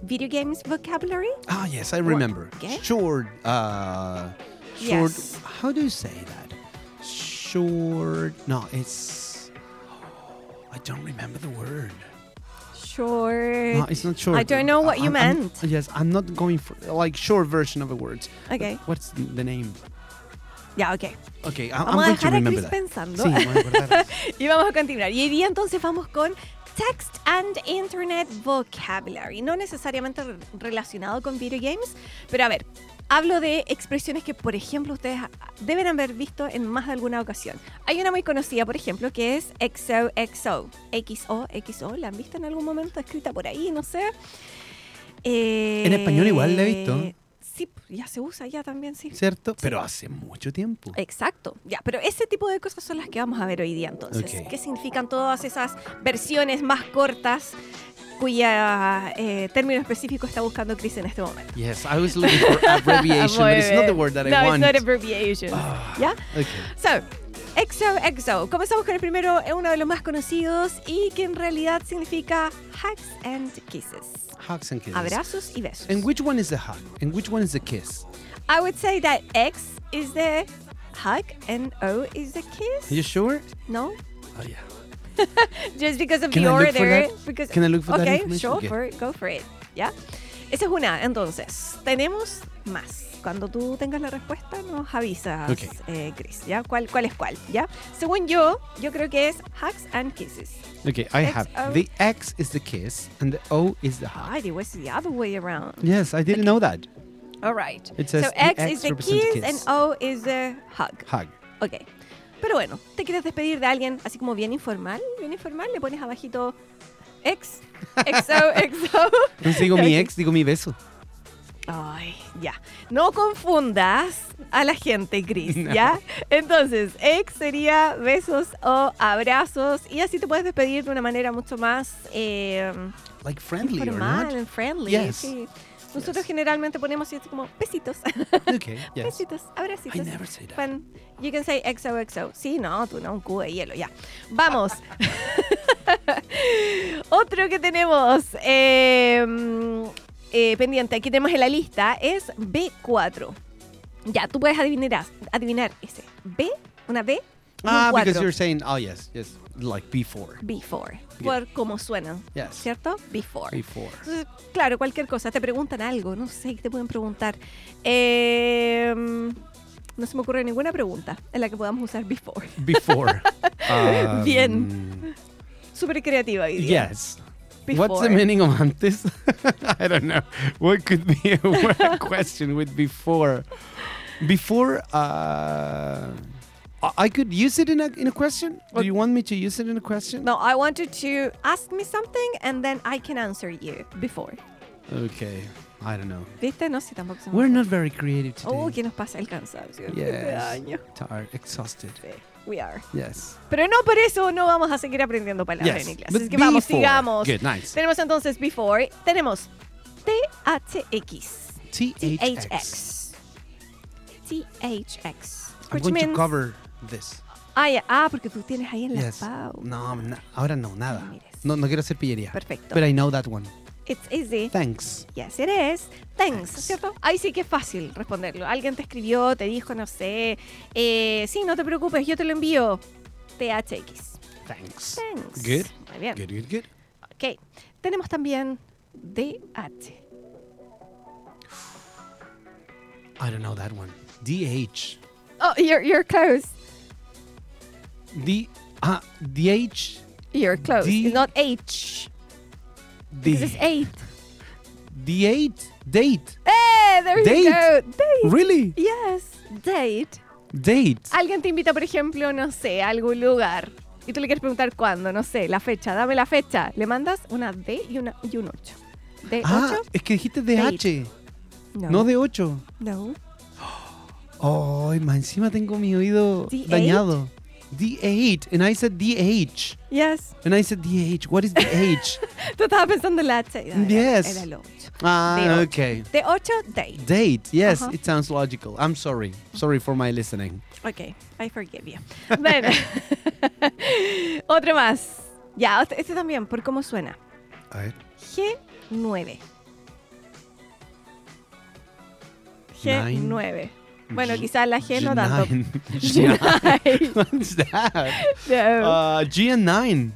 [SPEAKER 1] video games vocabulary.
[SPEAKER 2] Ah, yes, I remember.
[SPEAKER 1] Okay.
[SPEAKER 2] Short. Uh, short.
[SPEAKER 1] Yes.
[SPEAKER 2] How do you say that? Short. No, it's. I don't remember the word.
[SPEAKER 1] Sure.
[SPEAKER 2] No, it's not short. Uh,
[SPEAKER 1] I don't know what you
[SPEAKER 2] I'm- I'm-
[SPEAKER 1] meant.
[SPEAKER 2] yes, I'm not going for like short version of the words.
[SPEAKER 1] Okay.
[SPEAKER 2] What's the name?
[SPEAKER 1] Yeah. Okay.
[SPEAKER 2] Okay, I- I'm,
[SPEAKER 1] Vamos a
[SPEAKER 2] going to
[SPEAKER 1] dejar a
[SPEAKER 2] remember
[SPEAKER 1] Chris
[SPEAKER 2] that.
[SPEAKER 1] pensando.
[SPEAKER 2] Sí, me voy a acordar.
[SPEAKER 1] Y vamos a continuar. Y hoy día entonces vamos con Text and Internet Vocabulary. No necesariamente re- relacionado con video games, pero a ver, hablo de expresiones que, por ejemplo, ustedes ah, deben haber visto en más de alguna ocasión. Hay una muy conocida, por ejemplo, que es XOXO. XO, XO, ¿la han visto en algún momento escrita por ahí? No sé. Eh,
[SPEAKER 2] En español igual la he visto.
[SPEAKER 1] Sí, ya se usa ya también, sí.
[SPEAKER 2] ¿Cierto? Pero hace mucho tiempo.
[SPEAKER 1] Exacto, ya, pero ese tipo de cosas son las que vamos a ver hoy día entonces.
[SPEAKER 2] Ok.
[SPEAKER 1] ¿Qué significan todas esas versiones más cortas cuya eh, término específico está buscando Chris en este momento?
[SPEAKER 2] Yes, I was looking for abbreviation,
[SPEAKER 1] Ah, Muy
[SPEAKER 2] but it's not the
[SPEAKER 1] bien.
[SPEAKER 2] word that I
[SPEAKER 1] no,
[SPEAKER 2] want. Ah.
[SPEAKER 1] it's not abbreviation. ¿Ya?
[SPEAKER 2] okay.
[SPEAKER 1] So, XOXO. Comenzamos con el primero, es uno de los más conocidos y que en realidad significa hugs and kisses.
[SPEAKER 2] Hugs and kisses.
[SPEAKER 1] Abrazos y besos.
[SPEAKER 2] And which one is the hug? And which one is the kiss?
[SPEAKER 1] I would say that X is the hug and O is the kiss.
[SPEAKER 2] Are you sure?
[SPEAKER 1] No?
[SPEAKER 2] Oh yeah.
[SPEAKER 1] Just because of
[SPEAKER 2] Can
[SPEAKER 1] the
[SPEAKER 2] I look for
[SPEAKER 1] order.
[SPEAKER 2] that?
[SPEAKER 1] Because,
[SPEAKER 2] Can I look for that
[SPEAKER 1] okay,
[SPEAKER 2] information?
[SPEAKER 1] sure,
[SPEAKER 2] Okay.
[SPEAKER 1] for it, go for it. ¿Ya? Esa es una. Entonces, tenemos más. Cuando tú tengas la respuesta, nos avisas,
[SPEAKER 2] Ok.
[SPEAKER 1] eh, Chris. ¿Ya? ¿Cuál, ¿Cuál es cuál? ¿Ya? Según yo, yo creo que es hugs and kisses.
[SPEAKER 2] Okay, I
[SPEAKER 1] X,
[SPEAKER 2] have.
[SPEAKER 1] O.
[SPEAKER 2] The X is the kiss and the O is the hug.
[SPEAKER 1] Ay, it was the other way around.
[SPEAKER 2] Yes, I didn't know that.
[SPEAKER 1] All right.
[SPEAKER 2] It says
[SPEAKER 1] so
[SPEAKER 2] the
[SPEAKER 1] X,
[SPEAKER 2] X
[SPEAKER 1] is the
[SPEAKER 2] represents
[SPEAKER 1] kiss,
[SPEAKER 2] kiss.
[SPEAKER 1] and O is the hug.
[SPEAKER 2] Hug.
[SPEAKER 1] Ok. Pero bueno, te quieres despedir de alguien así como bien informal, bien informal, le pones abajito X, XO, XO.
[SPEAKER 2] Entonces digo mi ex, digo mi beso.
[SPEAKER 1] Ay, ya. No confundas a la gente, Chris, ¿ya? Entonces, ex sería besos o abrazos y así te puedes despedir de una manera mucho más eh,
[SPEAKER 2] Like friendly or
[SPEAKER 1] informal,
[SPEAKER 2] not?
[SPEAKER 1] and friendly.
[SPEAKER 2] Yes.
[SPEAKER 1] sí.
[SPEAKER 2] Yes.
[SPEAKER 1] Nosotros generalmente ponemos así como besitos,
[SPEAKER 2] Okay, yes.
[SPEAKER 1] besitos, abracitos.
[SPEAKER 2] I never say that.
[SPEAKER 1] When you can say XOXO. Sí, no, tú no, un cubo de hielo, ya. Vamos. Otro que tenemos eh, mm, eh, pendiente, aquí tenemos en la lista, es B4. Ya, tú puedes adivinar, adivinar ese. B, una B, y un
[SPEAKER 2] Ah, because
[SPEAKER 1] 4.
[SPEAKER 2] you're saying, oh yes, yes, like before.
[SPEAKER 1] Before.
[SPEAKER 2] Yeah.
[SPEAKER 1] Por cómo suenan,
[SPEAKER 2] Yes.
[SPEAKER 1] ¿cierto? Before.
[SPEAKER 2] Before.
[SPEAKER 1] Entonces, claro, cualquier cosa. Te preguntan algo, no sé, ¿qué te pueden preguntar? Eh, mm, no se me ocurre ninguna pregunta en la que podamos usar before.
[SPEAKER 2] Before. Um,
[SPEAKER 1] Bien. Súper creativa hoy día.
[SPEAKER 2] Yes.
[SPEAKER 1] before.
[SPEAKER 2] What's the meaning of antes? I don't know. What could be a word question with before? Before, uh, I- I could use it in a, in a question. Do you want me to use it in a question?
[SPEAKER 1] No, I want you to ask me something and then I can answer you before.
[SPEAKER 2] Okay. I don't know.
[SPEAKER 1] ¿Viste? No, sí, tampoco se me
[SPEAKER 2] We're
[SPEAKER 1] ocurre.
[SPEAKER 2] not very creative today.
[SPEAKER 1] Oh, ¿qué nos pasa el cansancio? Este
[SPEAKER 2] Yes.
[SPEAKER 1] año.
[SPEAKER 2] Tired, exhausted.
[SPEAKER 1] Sí, we are.
[SPEAKER 2] Yes.
[SPEAKER 1] Pero no por eso no vamos a seguir aprendiendo palabras
[SPEAKER 2] Yes,
[SPEAKER 1] en inglés.
[SPEAKER 2] but
[SPEAKER 1] Así que vamos,
[SPEAKER 2] before.
[SPEAKER 1] sigamos.
[SPEAKER 2] Good, nice.
[SPEAKER 1] Tenemos entonces before. Tenemos THX.
[SPEAKER 2] THX.
[SPEAKER 1] THX. THX.
[SPEAKER 2] I'm
[SPEAKER 1] Which
[SPEAKER 2] going to
[SPEAKER 1] means-
[SPEAKER 2] cover this.
[SPEAKER 1] Ah, ya. ah, porque tú tienes ahí en la
[SPEAKER 2] Yes.
[SPEAKER 1] pauta.
[SPEAKER 2] No, na- ahora no, nada.
[SPEAKER 1] No mires.
[SPEAKER 2] No, no quiero hacer pillería.
[SPEAKER 1] Perfecto.
[SPEAKER 2] But I know that one.
[SPEAKER 1] It's easy.
[SPEAKER 2] Thanks.
[SPEAKER 1] Yes, it is.
[SPEAKER 2] Thanks.
[SPEAKER 1] Thanks, ¿cierto? Ahí sí que es fácil responderlo. Alguien te escribió, te dijo, no sé, eh, sí, no te preocupes, yo te lo envío. THX.
[SPEAKER 2] Thanks.
[SPEAKER 1] Thanks.
[SPEAKER 2] Good.
[SPEAKER 1] Muy bien.
[SPEAKER 2] Good, good, good.
[SPEAKER 1] Ok. Tenemos también DH.
[SPEAKER 2] I don't know that one. DH.
[SPEAKER 1] Oh, you're, you're close.
[SPEAKER 2] D. Ah, DH.
[SPEAKER 1] You're close.
[SPEAKER 2] D-
[SPEAKER 1] It's not H. This is
[SPEAKER 2] D.
[SPEAKER 1] eight.
[SPEAKER 2] D8. Date.
[SPEAKER 1] ¡Eh! There you
[SPEAKER 2] Date.
[SPEAKER 1] go. Date.
[SPEAKER 2] Really?
[SPEAKER 1] Yes. Date.
[SPEAKER 2] Date.
[SPEAKER 1] Alguien te invita, por ejemplo, no sé, a algún lugar. Y tú le quieres preguntar cuándo, no sé, la fecha, dame la fecha. Le mandas una D y, una, y un 8. ¿D8?
[SPEAKER 2] Ah, es que dijiste DH, no de 8.
[SPEAKER 1] No.
[SPEAKER 2] Ay, más encima tengo mi oído
[SPEAKER 1] D8?
[SPEAKER 2] dañado. D8, and I said DH,
[SPEAKER 1] Yes.
[SPEAKER 2] and I said DH. What is DH?
[SPEAKER 1] Tú estabas pensando en la H. Era-
[SPEAKER 2] Yes.
[SPEAKER 1] Era el 8.
[SPEAKER 2] ah,
[SPEAKER 1] D8.
[SPEAKER 2] okay.
[SPEAKER 1] D8, date.
[SPEAKER 2] Date. Yes,
[SPEAKER 1] Ajá.
[SPEAKER 2] it sounds logical. I'm sorry. Sorry for my listening.
[SPEAKER 1] Ok, I forgive you. Bueno, otro más. Ya, este- este también, por cómo suena.
[SPEAKER 2] A ver.
[SPEAKER 1] G9.
[SPEAKER 2] Nine.
[SPEAKER 1] G9. Bueno,
[SPEAKER 2] G-
[SPEAKER 1] quizás la G no tanto.
[SPEAKER 2] G9.
[SPEAKER 1] G9.
[SPEAKER 2] What's that?
[SPEAKER 1] No.
[SPEAKER 2] Uh, G and 9.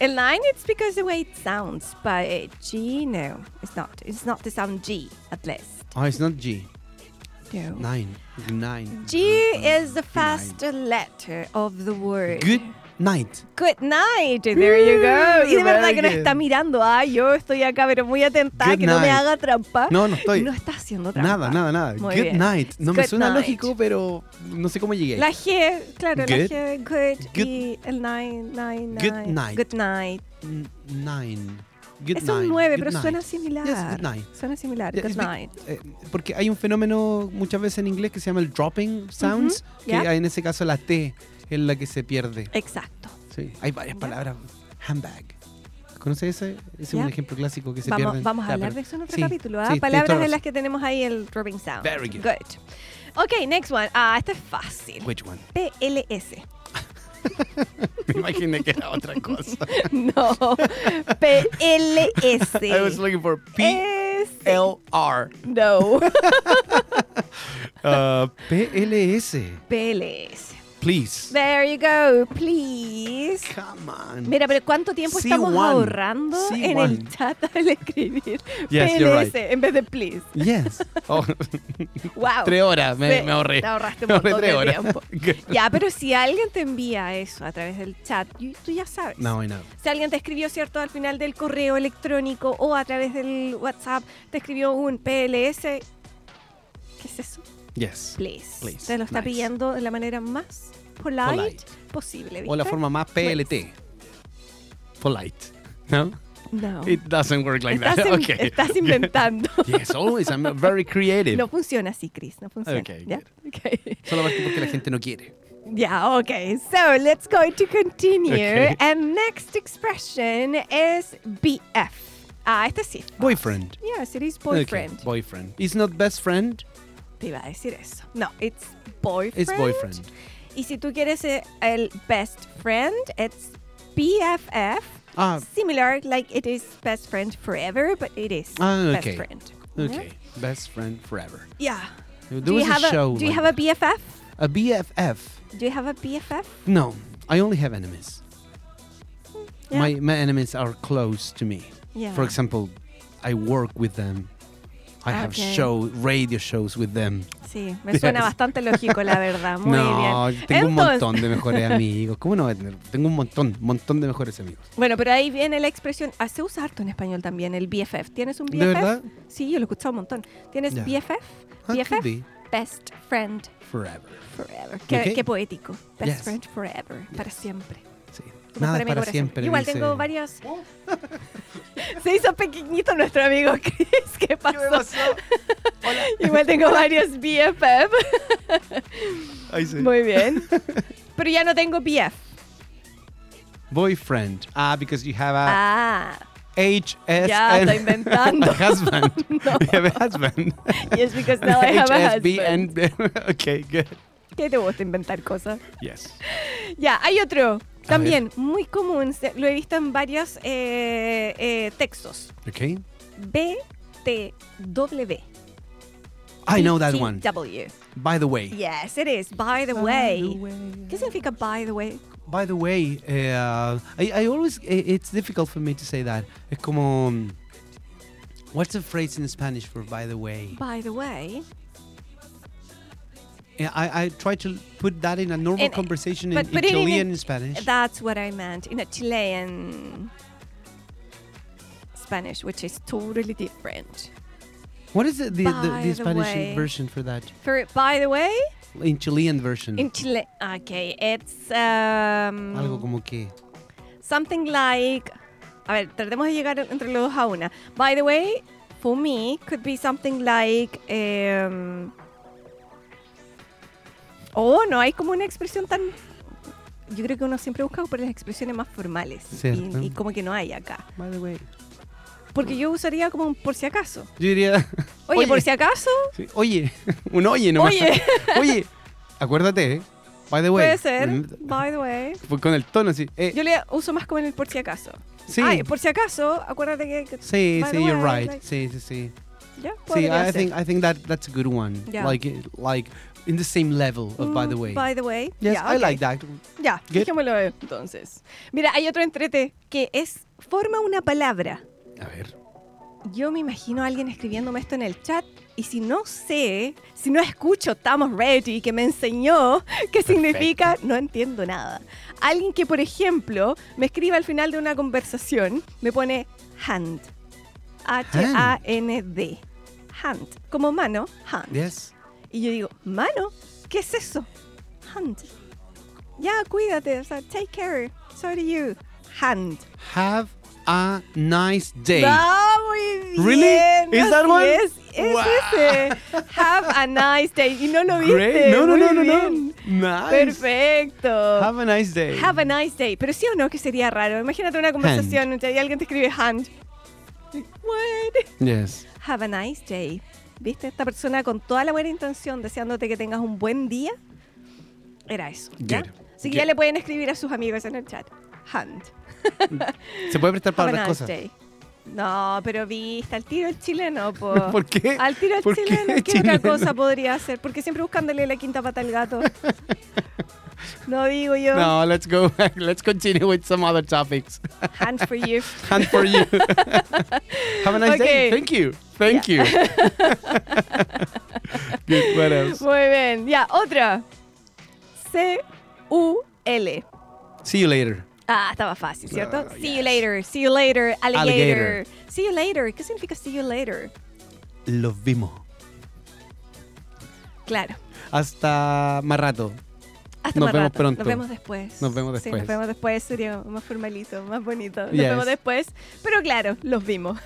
[SPEAKER 1] In line, it's because the way it sounds, but uh, G, no, it's not. It's not the sound G, at least.
[SPEAKER 2] Oh, it's not G.
[SPEAKER 1] No.
[SPEAKER 2] 9. 9.
[SPEAKER 1] G is the first letter of the word.
[SPEAKER 2] Good night.
[SPEAKER 1] Good night. There you go. Y de verdad que no
[SPEAKER 2] Very
[SPEAKER 1] está
[SPEAKER 2] good.
[SPEAKER 1] mirando. Ah, yo estoy acá, pero muy atenta,
[SPEAKER 2] Good
[SPEAKER 1] que no me
[SPEAKER 2] night.
[SPEAKER 1] haga trampa.
[SPEAKER 2] No, no estoy.
[SPEAKER 1] No está haciendo trampa.
[SPEAKER 2] Nada, nada, nada.
[SPEAKER 1] Muy
[SPEAKER 2] Good
[SPEAKER 1] bien.
[SPEAKER 2] night. No me
[SPEAKER 1] Good
[SPEAKER 2] suena
[SPEAKER 1] night.
[SPEAKER 2] lógico, pero no sé cómo llegué.
[SPEAKER 1] La G, claro,
[SPEAKER 2] Good.
[SPEAKER 1] la G, good,
[SPEAKER 2] Good.
[SPEAKER 1] y el nine, nine,
[SPEAKER 2] Good
[SPEAKER 1] nine.
[SPEAKER 2] night.
[SPEAKER 1] Good night.
[SPEAKER 2] N- nine. Good
[SPEAKER 1] es
[SPEAKER 2] night.
[SPEAKER 1] un 9,
[SPEAKER 2] Good
[SPEAKER 1] pero
[SPEAKER 2] night.
[SPEAKER 1] suena similar.
[SPEAKER 2] Yes, good night.
[SPEAKER 1] Suena similar,
[SPEAKER 2] Yeah,
[SPEAKER 1] good
[SPEAKER 2] it's be-
[SPEAKER 1] night.
[SPEAKER 2] eh, porque hay un fenómeno muchas veces en inglés que se llama el dropping sounds, que
[SPEAKER 1] yeah.
[SPEAKER 2] hay en ese caso la T es la que se pierde.
[SPEAKER 1] Exacto.
[SPEAKER 2] Sí. Hay varias
[SPEAKER 1] Yeah.
[SPEAKER 2] palabras. Handbag. ¿Conoces ese? Ese es
[SPEAKER 1] Yeah.
[SPEAKER 2] un ejemplo clásico que se pierde.
[SPEAKER 1] Vamos, vamos a hablar de eso en otro capítulo. ¿ah?
[SPEAKER 2] sí, tienes toda
[SPEAKER 1] Palabras
[SPEAKER 2] la
[SPEAKER 1] de las
[SPEAKER 2] razón.
[SPEAKER 1] que tenemos ahí el dropping sound.
[SPEAKER 2] Very good.
[SPEAKER 1] Ok, next one. Ah, este es fácil.
[SPEAKER 2] Which one?
[SPEAKER 1] PLS.
[SPEAKER 2] Me imaginé que era otra cosa.
[SPEAKER 1] No. PLS.
[SPEAKER 2] I was looking for P
[SPEAKER 1] Eh, S.
[SPEAKER 2] L R.
[SPEAKER 1] No.
[SPEAKER 2] Uh, PLS.
[SPEAKER 1] PLS.
[SPEAKER 2] Please.
[SPEAKER 1] There you go. Please.
[SPEAKER 2] Come on.
[SPEAKER 1] Mira, pero ¿cuánto tiempo
[SPEAKER 2] Sí,
[SPEAKER 1] estamos
[SPEAKER 2] one.
[SPEAKER 1] ahorrando
[SPEAKER 2] Sí,
[SPEAKER 1] en
[SPEAKER 2] one.
[SPEAKER 1] el chat al escribir
[SPEAKER 2] Yes, you're
[SPEAKER 1] PLS
[SPEAKER 2] right.
[SPEAKER 1] en vez de please?
[SPEAKER 2] Yes. Oh,
[SPEAKER 1] Wow.
[SPEAKER 2] tres horas me,
[SPEAKER 1] Sí,
[SPEAKER 2] me ahorré.
[SPEAKER 1] Te ahorraste un
[SPEAKER 2] Me ahorré
[SPEAKER 1] montón
[SPEAKER 2] tres
[SPEAKER 1] de
[SPEAKER 2] horas.
[SPEAKER 1] tiempo.
[SPEAKER 2] Good.
[SPEAKER 1] Ya, pero si alguien te envía eso a través del chat, y- tú ya sabes.
[SPEAKER 2] Now I know.
[SPEAKER 1] Si alguien te escribió, ¿cierto? Al final del correo electrónico o a través del WhatsApp, te escribió un PLS. ¿Qué es eso?
[SPEAKER 2] Yes.
[SPEAKER 1] Please.
[SPEAKER 2] Please.
[SPEAKER 1] Te lo está
[SPEAKER 2] Nice.
[SPEAKER 1] pidiendo de la manera más polite,
[SPEAKER 2] Polite.
[SPEAKER 1] posible.
[SPEAKER 2] O la
[SPEAKER 1] ¿viste?
[SPEAKER 2] forma más PLT. Polite. No?
[SPEAKER 1] No.
[SPEAKER 2] It doesn't work like
[SPEAKER 1] Oh. estás,
[SPEAKER 2] that.
[SPEAKER 1] in-
[SPEAKER 2] okay.
[SPEAKER 1] estás inventando.
[SPEAKER 2] yes, always. I'm very creative.
[SPEAKER 1] No funciona así, Chris. No funciona.
[SPEAKER 2] Ok,
[SPEAKER 1] ¿ya? Ok.
[SPEAKER 2] Solo porque la gente no quiere.
[SPEAKER 1] Ah. Yeah, okay. So let's go to continue.
[SPEAKER 2] Okay.
[SPEAKER 1] And next expression is BF. Ah, este sí.
[SPEAKER 2] Boyfriend.
[SPEAKER 1] Yes, it is
[SPEAKER 2] Okay,
[SPEAKER 1] boyfriend.
[SPEAKER 2] Boyfriend. It's not best friend,
[SPEAKER 1] Te iba a decir eso. No, it's boyfriend.
[SPEAKER 2] it's boyfriend.
[SPEAKER 1] Y si tú quieres eh, el best friend, it's BFF.
[SPEAKER 2] Ah.
[SPEAKER 1] Similar, like it is best friend forever, but it is
[SPEAKER 2] Ah,
[SPEAKER 1] best
[SPEAKER 2] okay.
[SPEAKER 1] friend.
[SPEAKER 2] Okay. Best friend forever.
[SPEAKER 1] Yeah.
[SPEAKER 2] There
[SPEAKER 1] do you
[SPEAKER 2] was
[SPEAKER 1] have
[SPEAKER 2] a show.
[SPEAKER 1] do you
[SPEAKER 2] like
[SPEAKER 1] have a BFF?
[SPEAKER 2] that. a BFF?
[SPEAKER 1] Do you have a BFF?
[SPEAKER 2] No, I only have enemies.
[SPEAKER 1] Yeah.
[SPEAKER 2] My, my enemies are close to me.
[SPEAKER 1] Yeah.
[SPEAKER 2] For example, I work with them. I have
[SPEAKER 1] Okay.
[SPEAKER 2] show radio shows with them.
[SPEAKER 1] Sí, me suena
[SPEAKER 2] Yes.
[SPEAKER 1] bastante lógico, la verdad. Muy
[SPEAKER 2] no,
[SPEAKER 1] bien.
[SPEAKER 2] tengo un
[SPEAKER 1] Entonces-
[SPEAKER 2] montón de mejores amigos. ¿Cómo no voy a tener? Tengo un montón, montón de mejores amigos.
[SPEAKER 1] Bueno, pero ahí viene la expresión. ah, se usa harto en español también, el BFF. ¿Tienes un BFF?
[SPEAKER 2] ¿De verdad?
[SPEAKER 1] Sí, yo lo he escuchado un montón. ¿Tienes
[SPEAKER 2] Ya.
[SPEAKER 1] BFF?
[SPEAKER 2] Ah, could
[SPEAKER 1] BFF,
[SPEAKER 2] be.
[SPEAKER 1] best friend
[SPEAKER 2] Forever.
[SPEAKER 1] forever. Qué,
[SPEAKER 2] Ok.
[SPEAKER 1] qué poético. Best
[SPEAKER 2] Yes.
[SPEAKER 1] friend forever, para siempre.
[SPEAKER 2] Sí.
[SPEAKER 1] Tu mejor
[SPEAKER 2] Nada es
[SPEAKER 1] amigo
[SPEAKER 2] para siempre.
[SPEAKER 1] Igual
[SPEAKER 2] dice-
[SPEAKER 1] tengo varios. Se hizo pequeñito nuestro amigo Chris. ¿Qué pasó? Igual tengo varios BFF.
[SPEAKER 2] Ahí sí.
[SPEAKER 1] Muy bien. Pero ya no tengo BF.
[SPEAKER 2] Boyfriend. Ah, because you have a
[SPEAKER 1] Ah,
[SPEAKER 2] HS
[SPEAKER 1] ya
[SPEAKER 2] and
[SPEAKER 1] está inventando.
[SPEAKER 2] husband. You have a husband.
[SPEAKER 1] yes, because now I have a
[SPEAKER 2] HSB
[SPEAKER 1] husband.
[SPEAKER 2] and- okay, good.
[SPEAKER 1] ¿Qué te gusta inventar cosas?
[SPEAKER 2] Yes.
[SPEAKER 1] Ya, hay otro. También, muy común. se- Lo he visto en varios eh, eh, textos.
[SPEAKER 2] Okay.
[SPEAKER 1] BTW.
[SPEAKER 2] I know that one.
[SPEAKER 1] BTW.
[SPEAKER 2] By the way.
[SPEAKER 1] Yes, it is. By the way. ¿Qué significa by the way?
[SPEAKER 2] By the way, eh, uh, I, I always i- it's difficult for me to say that. Es como mm, what's the phrase in Spanish for by the way?
[SPEAKER 1] By the way.
[SPEAKER 2] Eh, I, I try to put that in a normal
[SPEAKER 1] And-
[SPEAKER 2] conversation
[SPEAKER 1] eh, but-
[SPEAKER 2] in
[SPEAKER 1] but in-
[SPEAKER 2] Chilean
[SPEAKER 1] in-
[SPEAKER 2] and Spanish.
[SPEAKER 1] That's what I meant in a Chilean Spanish, which is totally different.
[SPEAKER 2] what is the the, the,
[SPEAKER 1] By
[SPEAKER 2] the
[SPEAKER 1] the
[SPEAKER 2] Spanish
[SPEAKER 1] way.
[SPEAKER 2] version for that?
[SPEAKER 1] For by the way,
[SPEAKER 2] In Chilean version.
[SPEAKER 1] in Chile, okay, it's
[SPEAKER 2] Algo
[SPEAKER 1] um,
[SPEAKER 2] como que.
[SPEAKER 1] something like. A ver, tratemos de llegar entre los dos a una. By the way, for me, could be something like. Um, oh, no hay como una expresión tan. Yo creo que uno siempre busca por las expresiones más formales. y-
[SPEAKER 2] Cierto.
[SPEAKER 1] y como que no hay acá.
[SPEAKER 2] By the way.
[SPEAKER 1] Porque yo usaría como un por si acaso.
[SPEAKER 2] Yo diría.
[SPEAKER 1] Oye, por si acaso,
[SPEAKER 2] Sí, oye, un oye nomás.
[SPEAKER 1] Oye.
[SPEAKER 2] Oye, acuérdate, eh. By the way.
[SPEAKER 1] puede ser.
[SPEAKER 2] Mm,
[SPEAKER 1] By the way.
[SPEAKER 2] fue Con el tono así. eh,
[SPEAKER 1] Yo le uso más como en el por si acaso.
[SPEAKER 2] sí.
[SPEAKER 1] Ay, por si acaso, acuérdate que. que-
[SPEAKER 2] sí,
[SPEAKER 1] by the
[SPEAKER 2] sí, you're
[SPEAKER 1] way,
[SPEAKER 2] right.
[SPEAKER 1] like-
[SPEAKER 2] sí, sí, sí.
[SPEAKER 1] ya,
[SPEAKER 2] See,
[SPEAKER 1] podría
[SPEAKER 2] I
[SPEAKER 1] ser.
[SPEAKER 2] think I think that that's a good one.
[SPEAKER 1] Yeah.
[SPEAKER 2] Like like in the same level of by the
[SPEAKER 1] Mm,
[SPEAKER 2] way.
[SPEAKER 1] By the way.
[SPEAKER 2] yes,
[SPEAKER 1] ya,
[SPEAKER 2] I
[SPEAKER 1] ok.
[SPEAKER 2] like that.
[SPEAKER 1] Ya,
[SPEAKER 2] Good.
[SPEAKER 1] dejémoslo eh, entonces. Mira, hay otro entrete que es. Forma una palabra.
[SPEAKER 2] A ver.
[SPEAKER 1] Yo me imagino a alguien escribiéndome esto en el chat. Y si no sé, si no escucho, estamos ready, que me enseñó qué significa, no entiendo nada. Alguien que, por ejemplo, me escribe al final de una conversación, me pone hand. H-A-N-D. Hand. Como mano, hand.
[SPEAKER 2] Yes.
[SPEAKER 1] Y yo digo, mano, ¿qué es eso? Hand. Ya, cuídate, o sea, take care. So do you. Hand.
[SPEAKER 2] Have a nice day.
[SPEAKER 1] Ah, muy bien.
[SPEAKER 2] Really? Is that
[SPEAKER 1] así
[SPEAKER 2] one?
[SPEAKER 1] Es, es
[SPEAKER 2] Wow.
[SPEAKER 1] ese. Have a nice day. Y no lo viste.
[SPEAKER 2] Great. No, no,
[SPEAKER 1] muy
[SPEAKER 2] no, no, no.
[SPEAKER 1] bien.
[SPEAKER 2] Nice.
[SPEAKER 1] Perfecto.
[SPEAKER 2] Have a nice day.
[SPEAKER 1] Have a nice day. Pero sí o no que sería raro. Imagínate una conversación y alguien te escribe hand. What?
[SPEAKER 2] yes.
[SPEAKER 1] Have a nice day. ¿Viste? Esta persona con toda la buena intención deseándote que tengas un buen día. Era eso. ¿ya?
[SPEAKER 2] Good.
[SPEAKER 1] Así que ya
[SPEAKER 2] Good.
[SPEAKER 1] le pueden escribir a sus amigos en el chat. Hand.
[SPEAKER 2] Se puede prestar para
[SPEAKER 1] Have a
[SPEAKER 2] otras
[SPEAKER 1] nice
[SPEAKER 2] cosas.
[SPEAKER 1] day. No, pero viste, al tiro el chileno, po.
[SPEAKER 2] ¿Por qué?
[SPEAKER 1] Al tiro el
[SPEAKER 2] ¿Por qué
[SPEAKER 1] chileno, ¿qué
[SPEAKER 2] chileno?
[SPEAKER 1] otra cosa podría hacer? Porque siempre buscándole la quinta pata al gato. No digo yo.
[SPEAKER 2] No, let's go back. Let's continue with some other topics.
[SPEAKER 1] Hand for you.
[SPEAKER 2] Hand for you. Have a nice day.
[SPEAKER 1] Okay.
[SPEAKER 2] Thank you. Thank you. Good. What else?
[SPEAKER 1] Muy bien. Ya, otra. C-U-L.
[SPEAKER 2] See you later.
[SPEAKER 1] Ah, estaba fácil, ¿cierto?
[SPEAKER 2] Ah,
[SPEAKER 1] See you later, see you later, alligator.
[SPEAKER 2] Alligator.
[SPEAKER 1] See you later. ¿Qué significa see you later?
[SPEAKER 2] Los vimos.
[SPEAKER 1] Claro.
[SPEAKER 2] Hasta más rato.
[SPEAKER 1] Hasta
[SPEAKER 2] Nos
[SPEAKER 1] más
[SPEAKER 2] vemos
[SPEAKER 1] rato.
[SPEAKER 2] pronto.
[SPEAKER 1] Nos vemos después.
[SPEAKER 2] Nos vemos
[SPEAKER 1] Sí,
[SPEAKER 2] después.
[SPEAKER 1] nos vemos después, sería más formalito, más bonito. Nos
[SPEAKER 2] Yes.
[SPEAKER 1] vemos después. Pero claro, los vimos.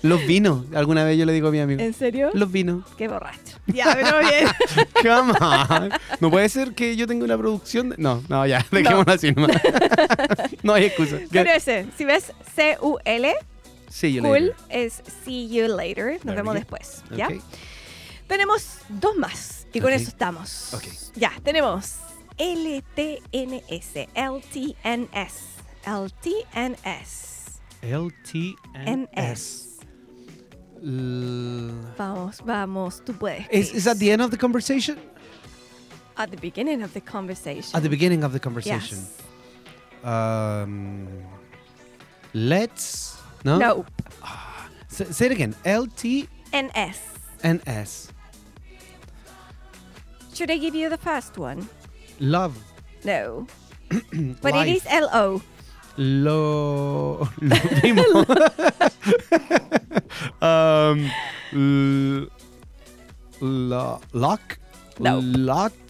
[SPEAKER 2] Los vinos. Alguna vez yo le digo a mi amigo.
[SPEAKER 1] ¿En serio?
[SPEAKER 2] Los vinos.
[SPEAKER 1] Qué borracho. Ya, pero bien.
[SPEAKER 2] Come on. No puede ser que yo tenga una producción. de- No, no, ya. Dejémoslo así nomás. no hay excusa. Good.
[SPEAKER 1] pero ese, si ves C-U-L,
[SPEAKER 2] See you
[SPEAKER 1] cool,
[SPEAKER 2] later.
[SPEAKER 1] es see you later. Nos
[SPEAKER 2] There we
[SPEAKER 1] vemos
[SPEAKER 2] go.
[SPEAKER 1] después. ¿Ya?
[SPEAKER 2] Okay.
[SPEAKER 1] Tenemos dos más y con
[SPEAKER 2] Ok.
[SPEAKER 1] eso estamos.
[SPEAKER 2] Ok.
[SPEAKER 1] Ya, tenemos LTNS, LTNS, LTNS,
[SPEAKER 2] LTNS.
[SPEAKER 1] NS. Vamos, vamos, tú puedes.
[SPEAKER 2] Is,
[SPEAKER 1] Chris.
[SPEAKER 2] is that the end of the conversation?
[SPEAKER 1] At the beginning of the conversation.
[SPEAKER 2] At the beginning of the conversation.
[SPEAKER 1] Yes.
[SPEAKER 2] Um, let's. No?
[SPEAKER 1] No,
[SPEAKER 2] S- say it again. LT.
[SPEAKER 1] NS.
[SPEAKER 2] and S.
[SPEAKER 1] Should I give you the first one?
[SPEAKER 2] Love.
[SPEAKER 1] No. but
[SPEAKER 2] Life.
[SPEAKER 1] it is L O.
[SPEAKER 2] Lo, lo vimos. um, l- lo- lock.
[SPEAKER 1] Nope.
[SPEAKER 2] Lot.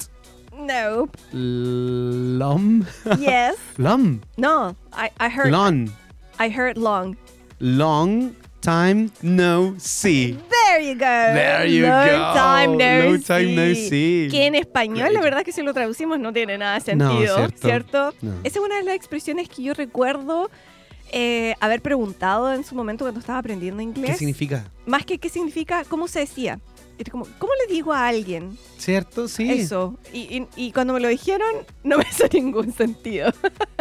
[SPEAKER 1] No.
[SPEAKER 2] Lum.
[SPEAKER 1] yes.
[SPEAKER 2] Lum.
[SPEAKER 1] No. I, I heard
[SPEAKER 2] Lon.
[SPEAKER 1] I heard long.
[SPEAKER 2] Long time no see.
[SPEAKER 1] There you go.
[SPEAKER 2] There you
[SPEAKER 1] no
[SPEAKER 2] go.
[SPEAKER 1] Time no
[SPEAKER 2] No time no see.
[SPEAKER 1] Que en español, la verdad que si lo traducimos no tiene nada de sentido,
[SPEAKER 2] cierto. No.
[SPEAKER 1] Esa es una de las expresiones que yo recuerdo eh, haber preguntado en su momento cuando estaba aprendiendo inglés.
[SPEAKER 2] ¿Qué significa?
[SPEAKER 1] Más que qué significa, cómo se decía. Era como, ¿Cómo le digo a alguien
[SPEAKER 2] ¿Cierto? Sí.
[SPEAKER 1] eso? Y, y- y cuando me lo dijeron, no me hizo ningún sentido.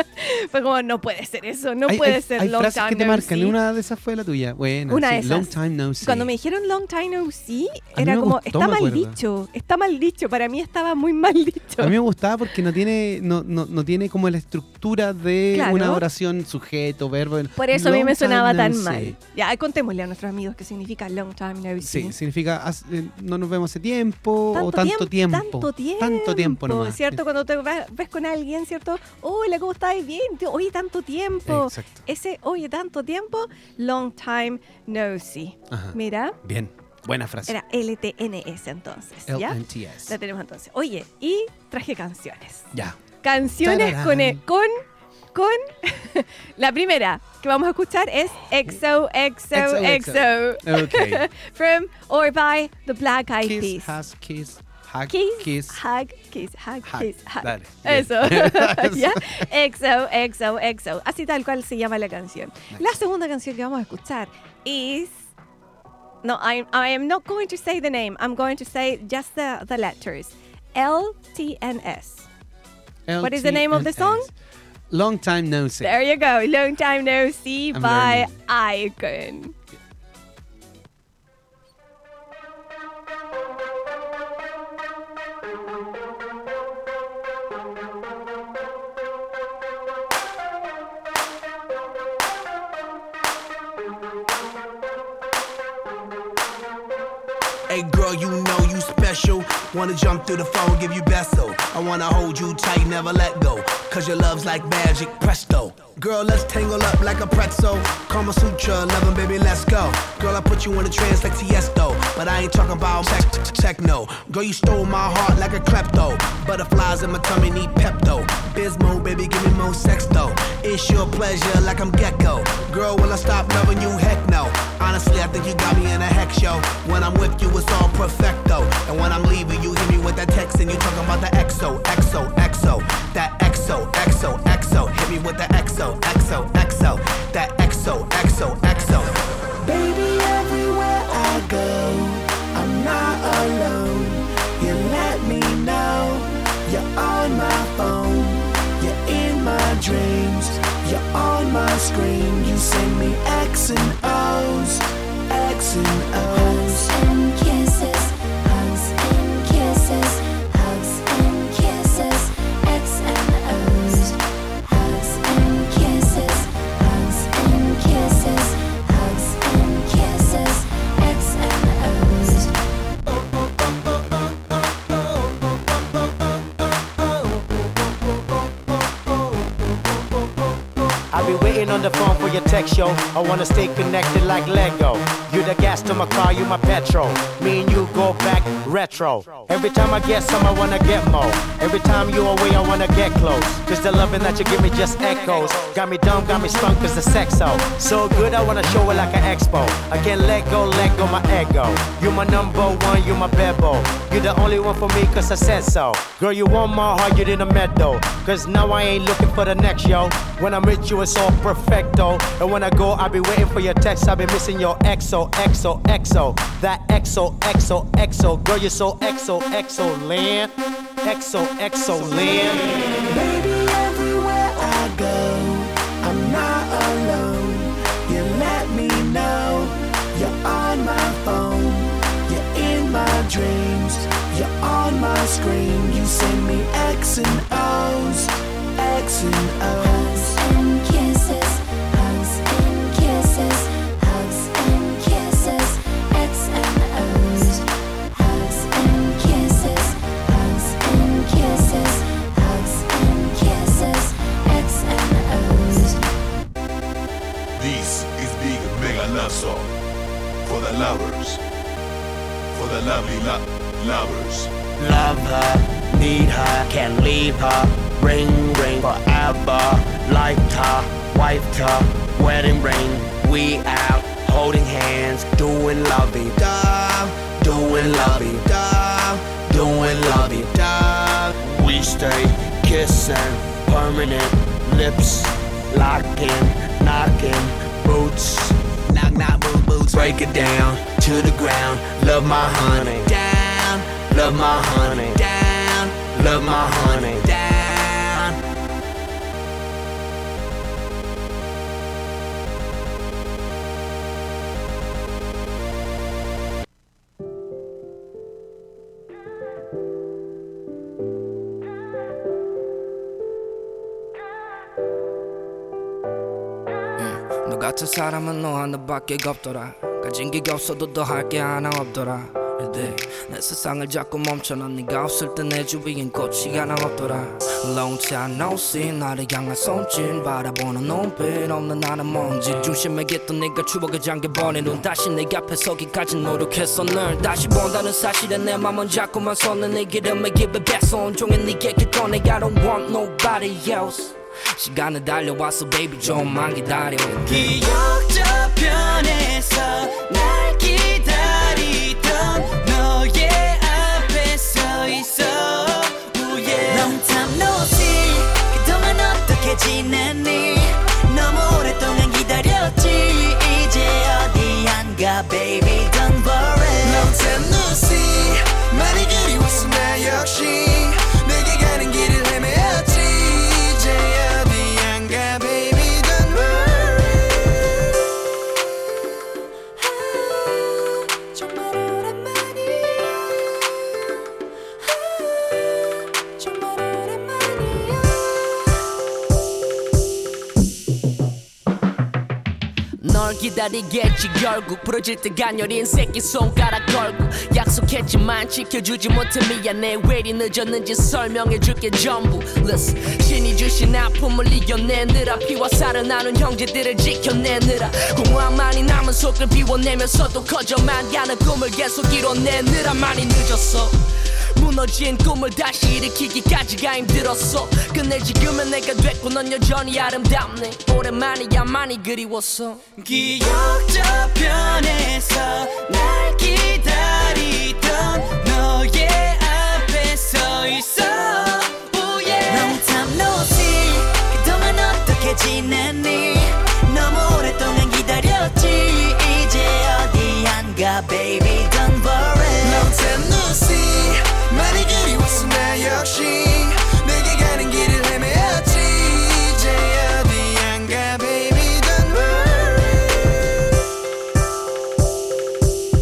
[SPEAKER 1] Fue como, no puede ser eso, no
[SPEAKER 2] Hay-
[SPEAKER 1] puede
[SPEAKER 2] hay-
[SPEAKER 1] ser
[SPEAKER 2] hay
[SPEAKER 1] long
[SPEAKER 2] frases
[SPEAKER 1] time
[SPEAKER 2] que te
[SPEAKER 1] no
[SPEAKER 2] marcan.
[SPEAKER 1] see.
[SPEAKER 2] Una de esas fue la tuya. Bueno,
[SPEAKER 1] Una
[SPEAKER 2] sí,
[SPEAKER 1] de esas.
[SPEAKER 2] long time no see.
[SPEAKER 1] Cuando me dijeron long time no see,
[SPEAKER 2] A mí
[SPEAKER 1] era
[SPEAKER 2] me
[SPEAKER 1] como,
[SPEAKER 2] gustó,
[SPEAKER 1] está
[SPEAKER 2] me
[SPEAKER 1] mal
[SPEAKER 2] acuerdo.
[SPEAKER 1] dicho, está mal dicho. Para mí estaba muy mal dicho.
[SPEAKER 2] A mí me gustaba porque no tiene, no, no, no tiene como la estructura de
[SPEAKER 1] Claro.
[SPEAKER 2] una oración, sujeto, verbo.
[SPEAKER 1] Por eso a mí
[SPEAKER 2] Long
[SPEAKER 1] me sonaba
[SPEAKER 2] time
[SPEAKER 1] tan
[SPEAKER 2] no see.
[SPEAKER 1] mal. Ya, contémosle a nuestros amigos qué significa long time no see.
[SPEAKER 2] Sí, significa "Haz- eh, no nos vemos hace tiempo o tanto
[SPEAKER 1] tiemp-
[SPEAKER 2] tiempo.
[SPEAKER 1] Tanto tiempo.
[SPEAKER 2] Tanto tiempo nomás.
[SPEAKER 1] ¿Cierto? Cuando te va- ves con alguien, ¿cierto? Hola, ¿cómo estás? Bien. Te- Oye, tanto tiempo.
[SPEAKER 2] Exacto.
[SPEAKER 1] Ese, oye, tanto tiempo, long time no see.
[SPEAKER 2] Ajá.
[SPEAKER 1] Mira,
[SPEAKER 2] Bien, buena frase.
[SPEAKER 1] era LTNS entonces, ¿ya?
[SPEAKER 2] LNTS.
[SPEAKER 1] La tenemos entonces. Oye, y traje canciones.
[SPEAKER 2] Ya.
[SPEAKER 1] Canciones con, E,
[SPEAKER 2] Tararán.
[SPEAKER 1] con, con... la primera que vamos a escuchar es EXO, EXO, EXO.
[SPEAKER 2] Okay.
[SPEAKER 1] From or by the Black Eyed
[SPEAKER 2] kiss,
[SPEAKER 1] Peas.
[SPEAKER 2] has, kiss, hug,
[SPEAKER 1] Kiss,
[SPEAKER 2] kiss.
[SPEAKER 1] hug, kiss, hug,
[SPEAKER 2] Hug.
[SPEAKER 1] kiss, hug.
[SPEAKER 2] Dale, bien.
[SPEAKER 1] Eso. ¿Ya? EXO, EXO, EXO. Así tal cual se llama la canción. La segunda canción que vamos a escuchar es... No, I, I am not going to say the name. I'm going to say just the, the letters. L-T-N-S. What is the name of the song?
[SPEAKER 2] LTNS. Long time no see.
[SPEAKER 1] There you go. Long time no see
[SPEAKER 2] I'm
[SPEAKER 1] by
[SPEAKER 2] learning.
[SPEAKER 1] Icon.
[SPEAKER 6] Hey girl, you know you special. Wanna jump through the phone, give you beso. I wanna hold you tight, never let go. Cause your love's like magic, presto. Girl, let's tangle up like a pretzel. Kama Sutra, loving baby, let's go. Girl, I put you in a trance like Tiesto. But I ain't talking about tech, techno. Girl, you stole my heart like a klepto. Butterflies in my tummy need Pepto. Bismo, baby, give me more sex though. It's your pleasure like I'm gecko. Girl, will I stop loving you? Heck no. Honestly, I think you got me in a hex yo. When I'm with you, it's all perfecto. And when I'm leaving, you hit me with that text and you talking about the exo, exo, exo. That exo, exo, exo. Hit me with the exo, exo, exo. That exo, exo, exo. Baby, everywhere I go, I'm not alone. You let me know you're on my phone, you're in my dreams, you're on my screen. You send me X and O's, X and O's.
[SPEAKER 7] and kisses, hugs and kisses, hugs and kisses, X and O's. Hugs and kisses, hugs and kisses, hugs and kisses, X and O's.
[SPEAKER 8] I've been waiting on the phone for your text, yo. I wanna stay connected like Lego. You the gas to my car, you my petrol. Me and you go back retro. Every time I get some, I wanna get more. Every time you away, I wanna get close. Cause the loving that you give me just echoes. Got me dumb, got me stunk, cause the sex so So good, I wanna show it like an expo. I can't let go, let go my ego. You my number one, you my bebo. You the only one for me, cause I said so. Girl, you want my heart, you didn't meadow. Cause now I ain't looking for the next, yo. When I'm with you, it's all perfecto. And when I go, I'll be waiting for your text. I'll be missing your exo, exo, exo. That exo, exo, exo. Girl, you're so exo, exo, land. Exo, exo, land.
[SPEAKER 6] Baby, everywhere I go, I'm not alone. You let me know you're on my phone, you're in my dreams, you're on my screen. You send me X and O's, X and O's.
[SPEAKER 7] Hugs and kisses, hugs and kisses, hugs and kisses, X and O's.
[SPEAKER 5] love song for the lovers, for the lovely lo- lovers.
[SPEAKER 6] Love her, need her, can leave her. Ring, ring forever. Liked her, wiped her. Wedding ring, we out. Holding hands, doing lovey dove. Doing lovey dove. Doing lovey dove. We stay kissing, permanent. Lips locking, knocking. Boots, knock, knock, boot, boots. Break it down to the ground. Love my honey. Down, love my honey. Down, love my honey. Down.
[SPEAKER 9] 너 같은 사람은 너 하나밖에 없더라 가진 게 없어도 더 할 게 하나 없더라 네, 내 세상을 자꾸 멈춰놔 네가 없을 때 내 주위엔 꽃이 하나 없더라 Long time no see 나를 향한 손짓 바라보는 눈빛 없는 나는 먼지 중심에 있던 네가 추억에 잠겨 버린 눈 다시 내 앞에 서기까지 노력했어 늘 다시 본다는 사실에 내 맘은 자꾸만 솟는 네 기름에 기에 뱉어 온종일 네게 기꺼내 I don't want nobody else 시간은 달려왔어 baby 좀만 기다려
[SPEAKER 10] 기억적 변에서 날 기다리던 너의 앞에 서 있어 oh yeah. Long time no see 그동안 어떻게 지냈니 너무 오랫동안 기다렸지 이제 어디안가 baby don't worry Long time no see 많이 그리웠어 나 역시 내게 가는 길을 헤매었지 이제 어디안가 baby don't worry 아, 정말 오랜만이야 아, 정말 오랜만이야
[SPEAKER 9] 널 기다리겠지 결국 부러질 때 간열인 새끼 손가락 걸고 약속했지만 지켜주지 못해 미안해 왜리 늦었는지 설명해줄게 전부 Listen 신이 주신 아픔을 이겨내느라 피와 살을 나눈 형제들을 지켜내느라 공허함만이 남은 속을 비워내면서도 커져만 가는 꿈을 계속 이뤄내느라 많이 늦었어 무너진 꿈을 다시 일으키기까지가 힘들었어 근데 지금은 내가 됐고 넌 여전히 아름답네 오랜만이야 많이 그리웠어
[SPEAKER 10] 기억 저편에서 날 기다리던 너의 앞에 서 있어 oh yeah. Long time no see 그동안 어떻게 지냈니 너무 오랫동안 기다렸지 이제 어디 안가 baby don't worry Long time no see 많이 그리웠어 나 역시 내게 가는 길을 헤매었지 이제 어디 안가 baby don't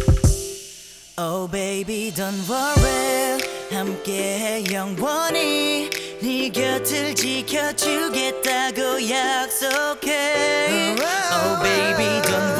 [SPEAKER 10] worry Oh baby don't worry 함께 영원히 네 곁을 지켜주겠다고 약속해 Oh baby don't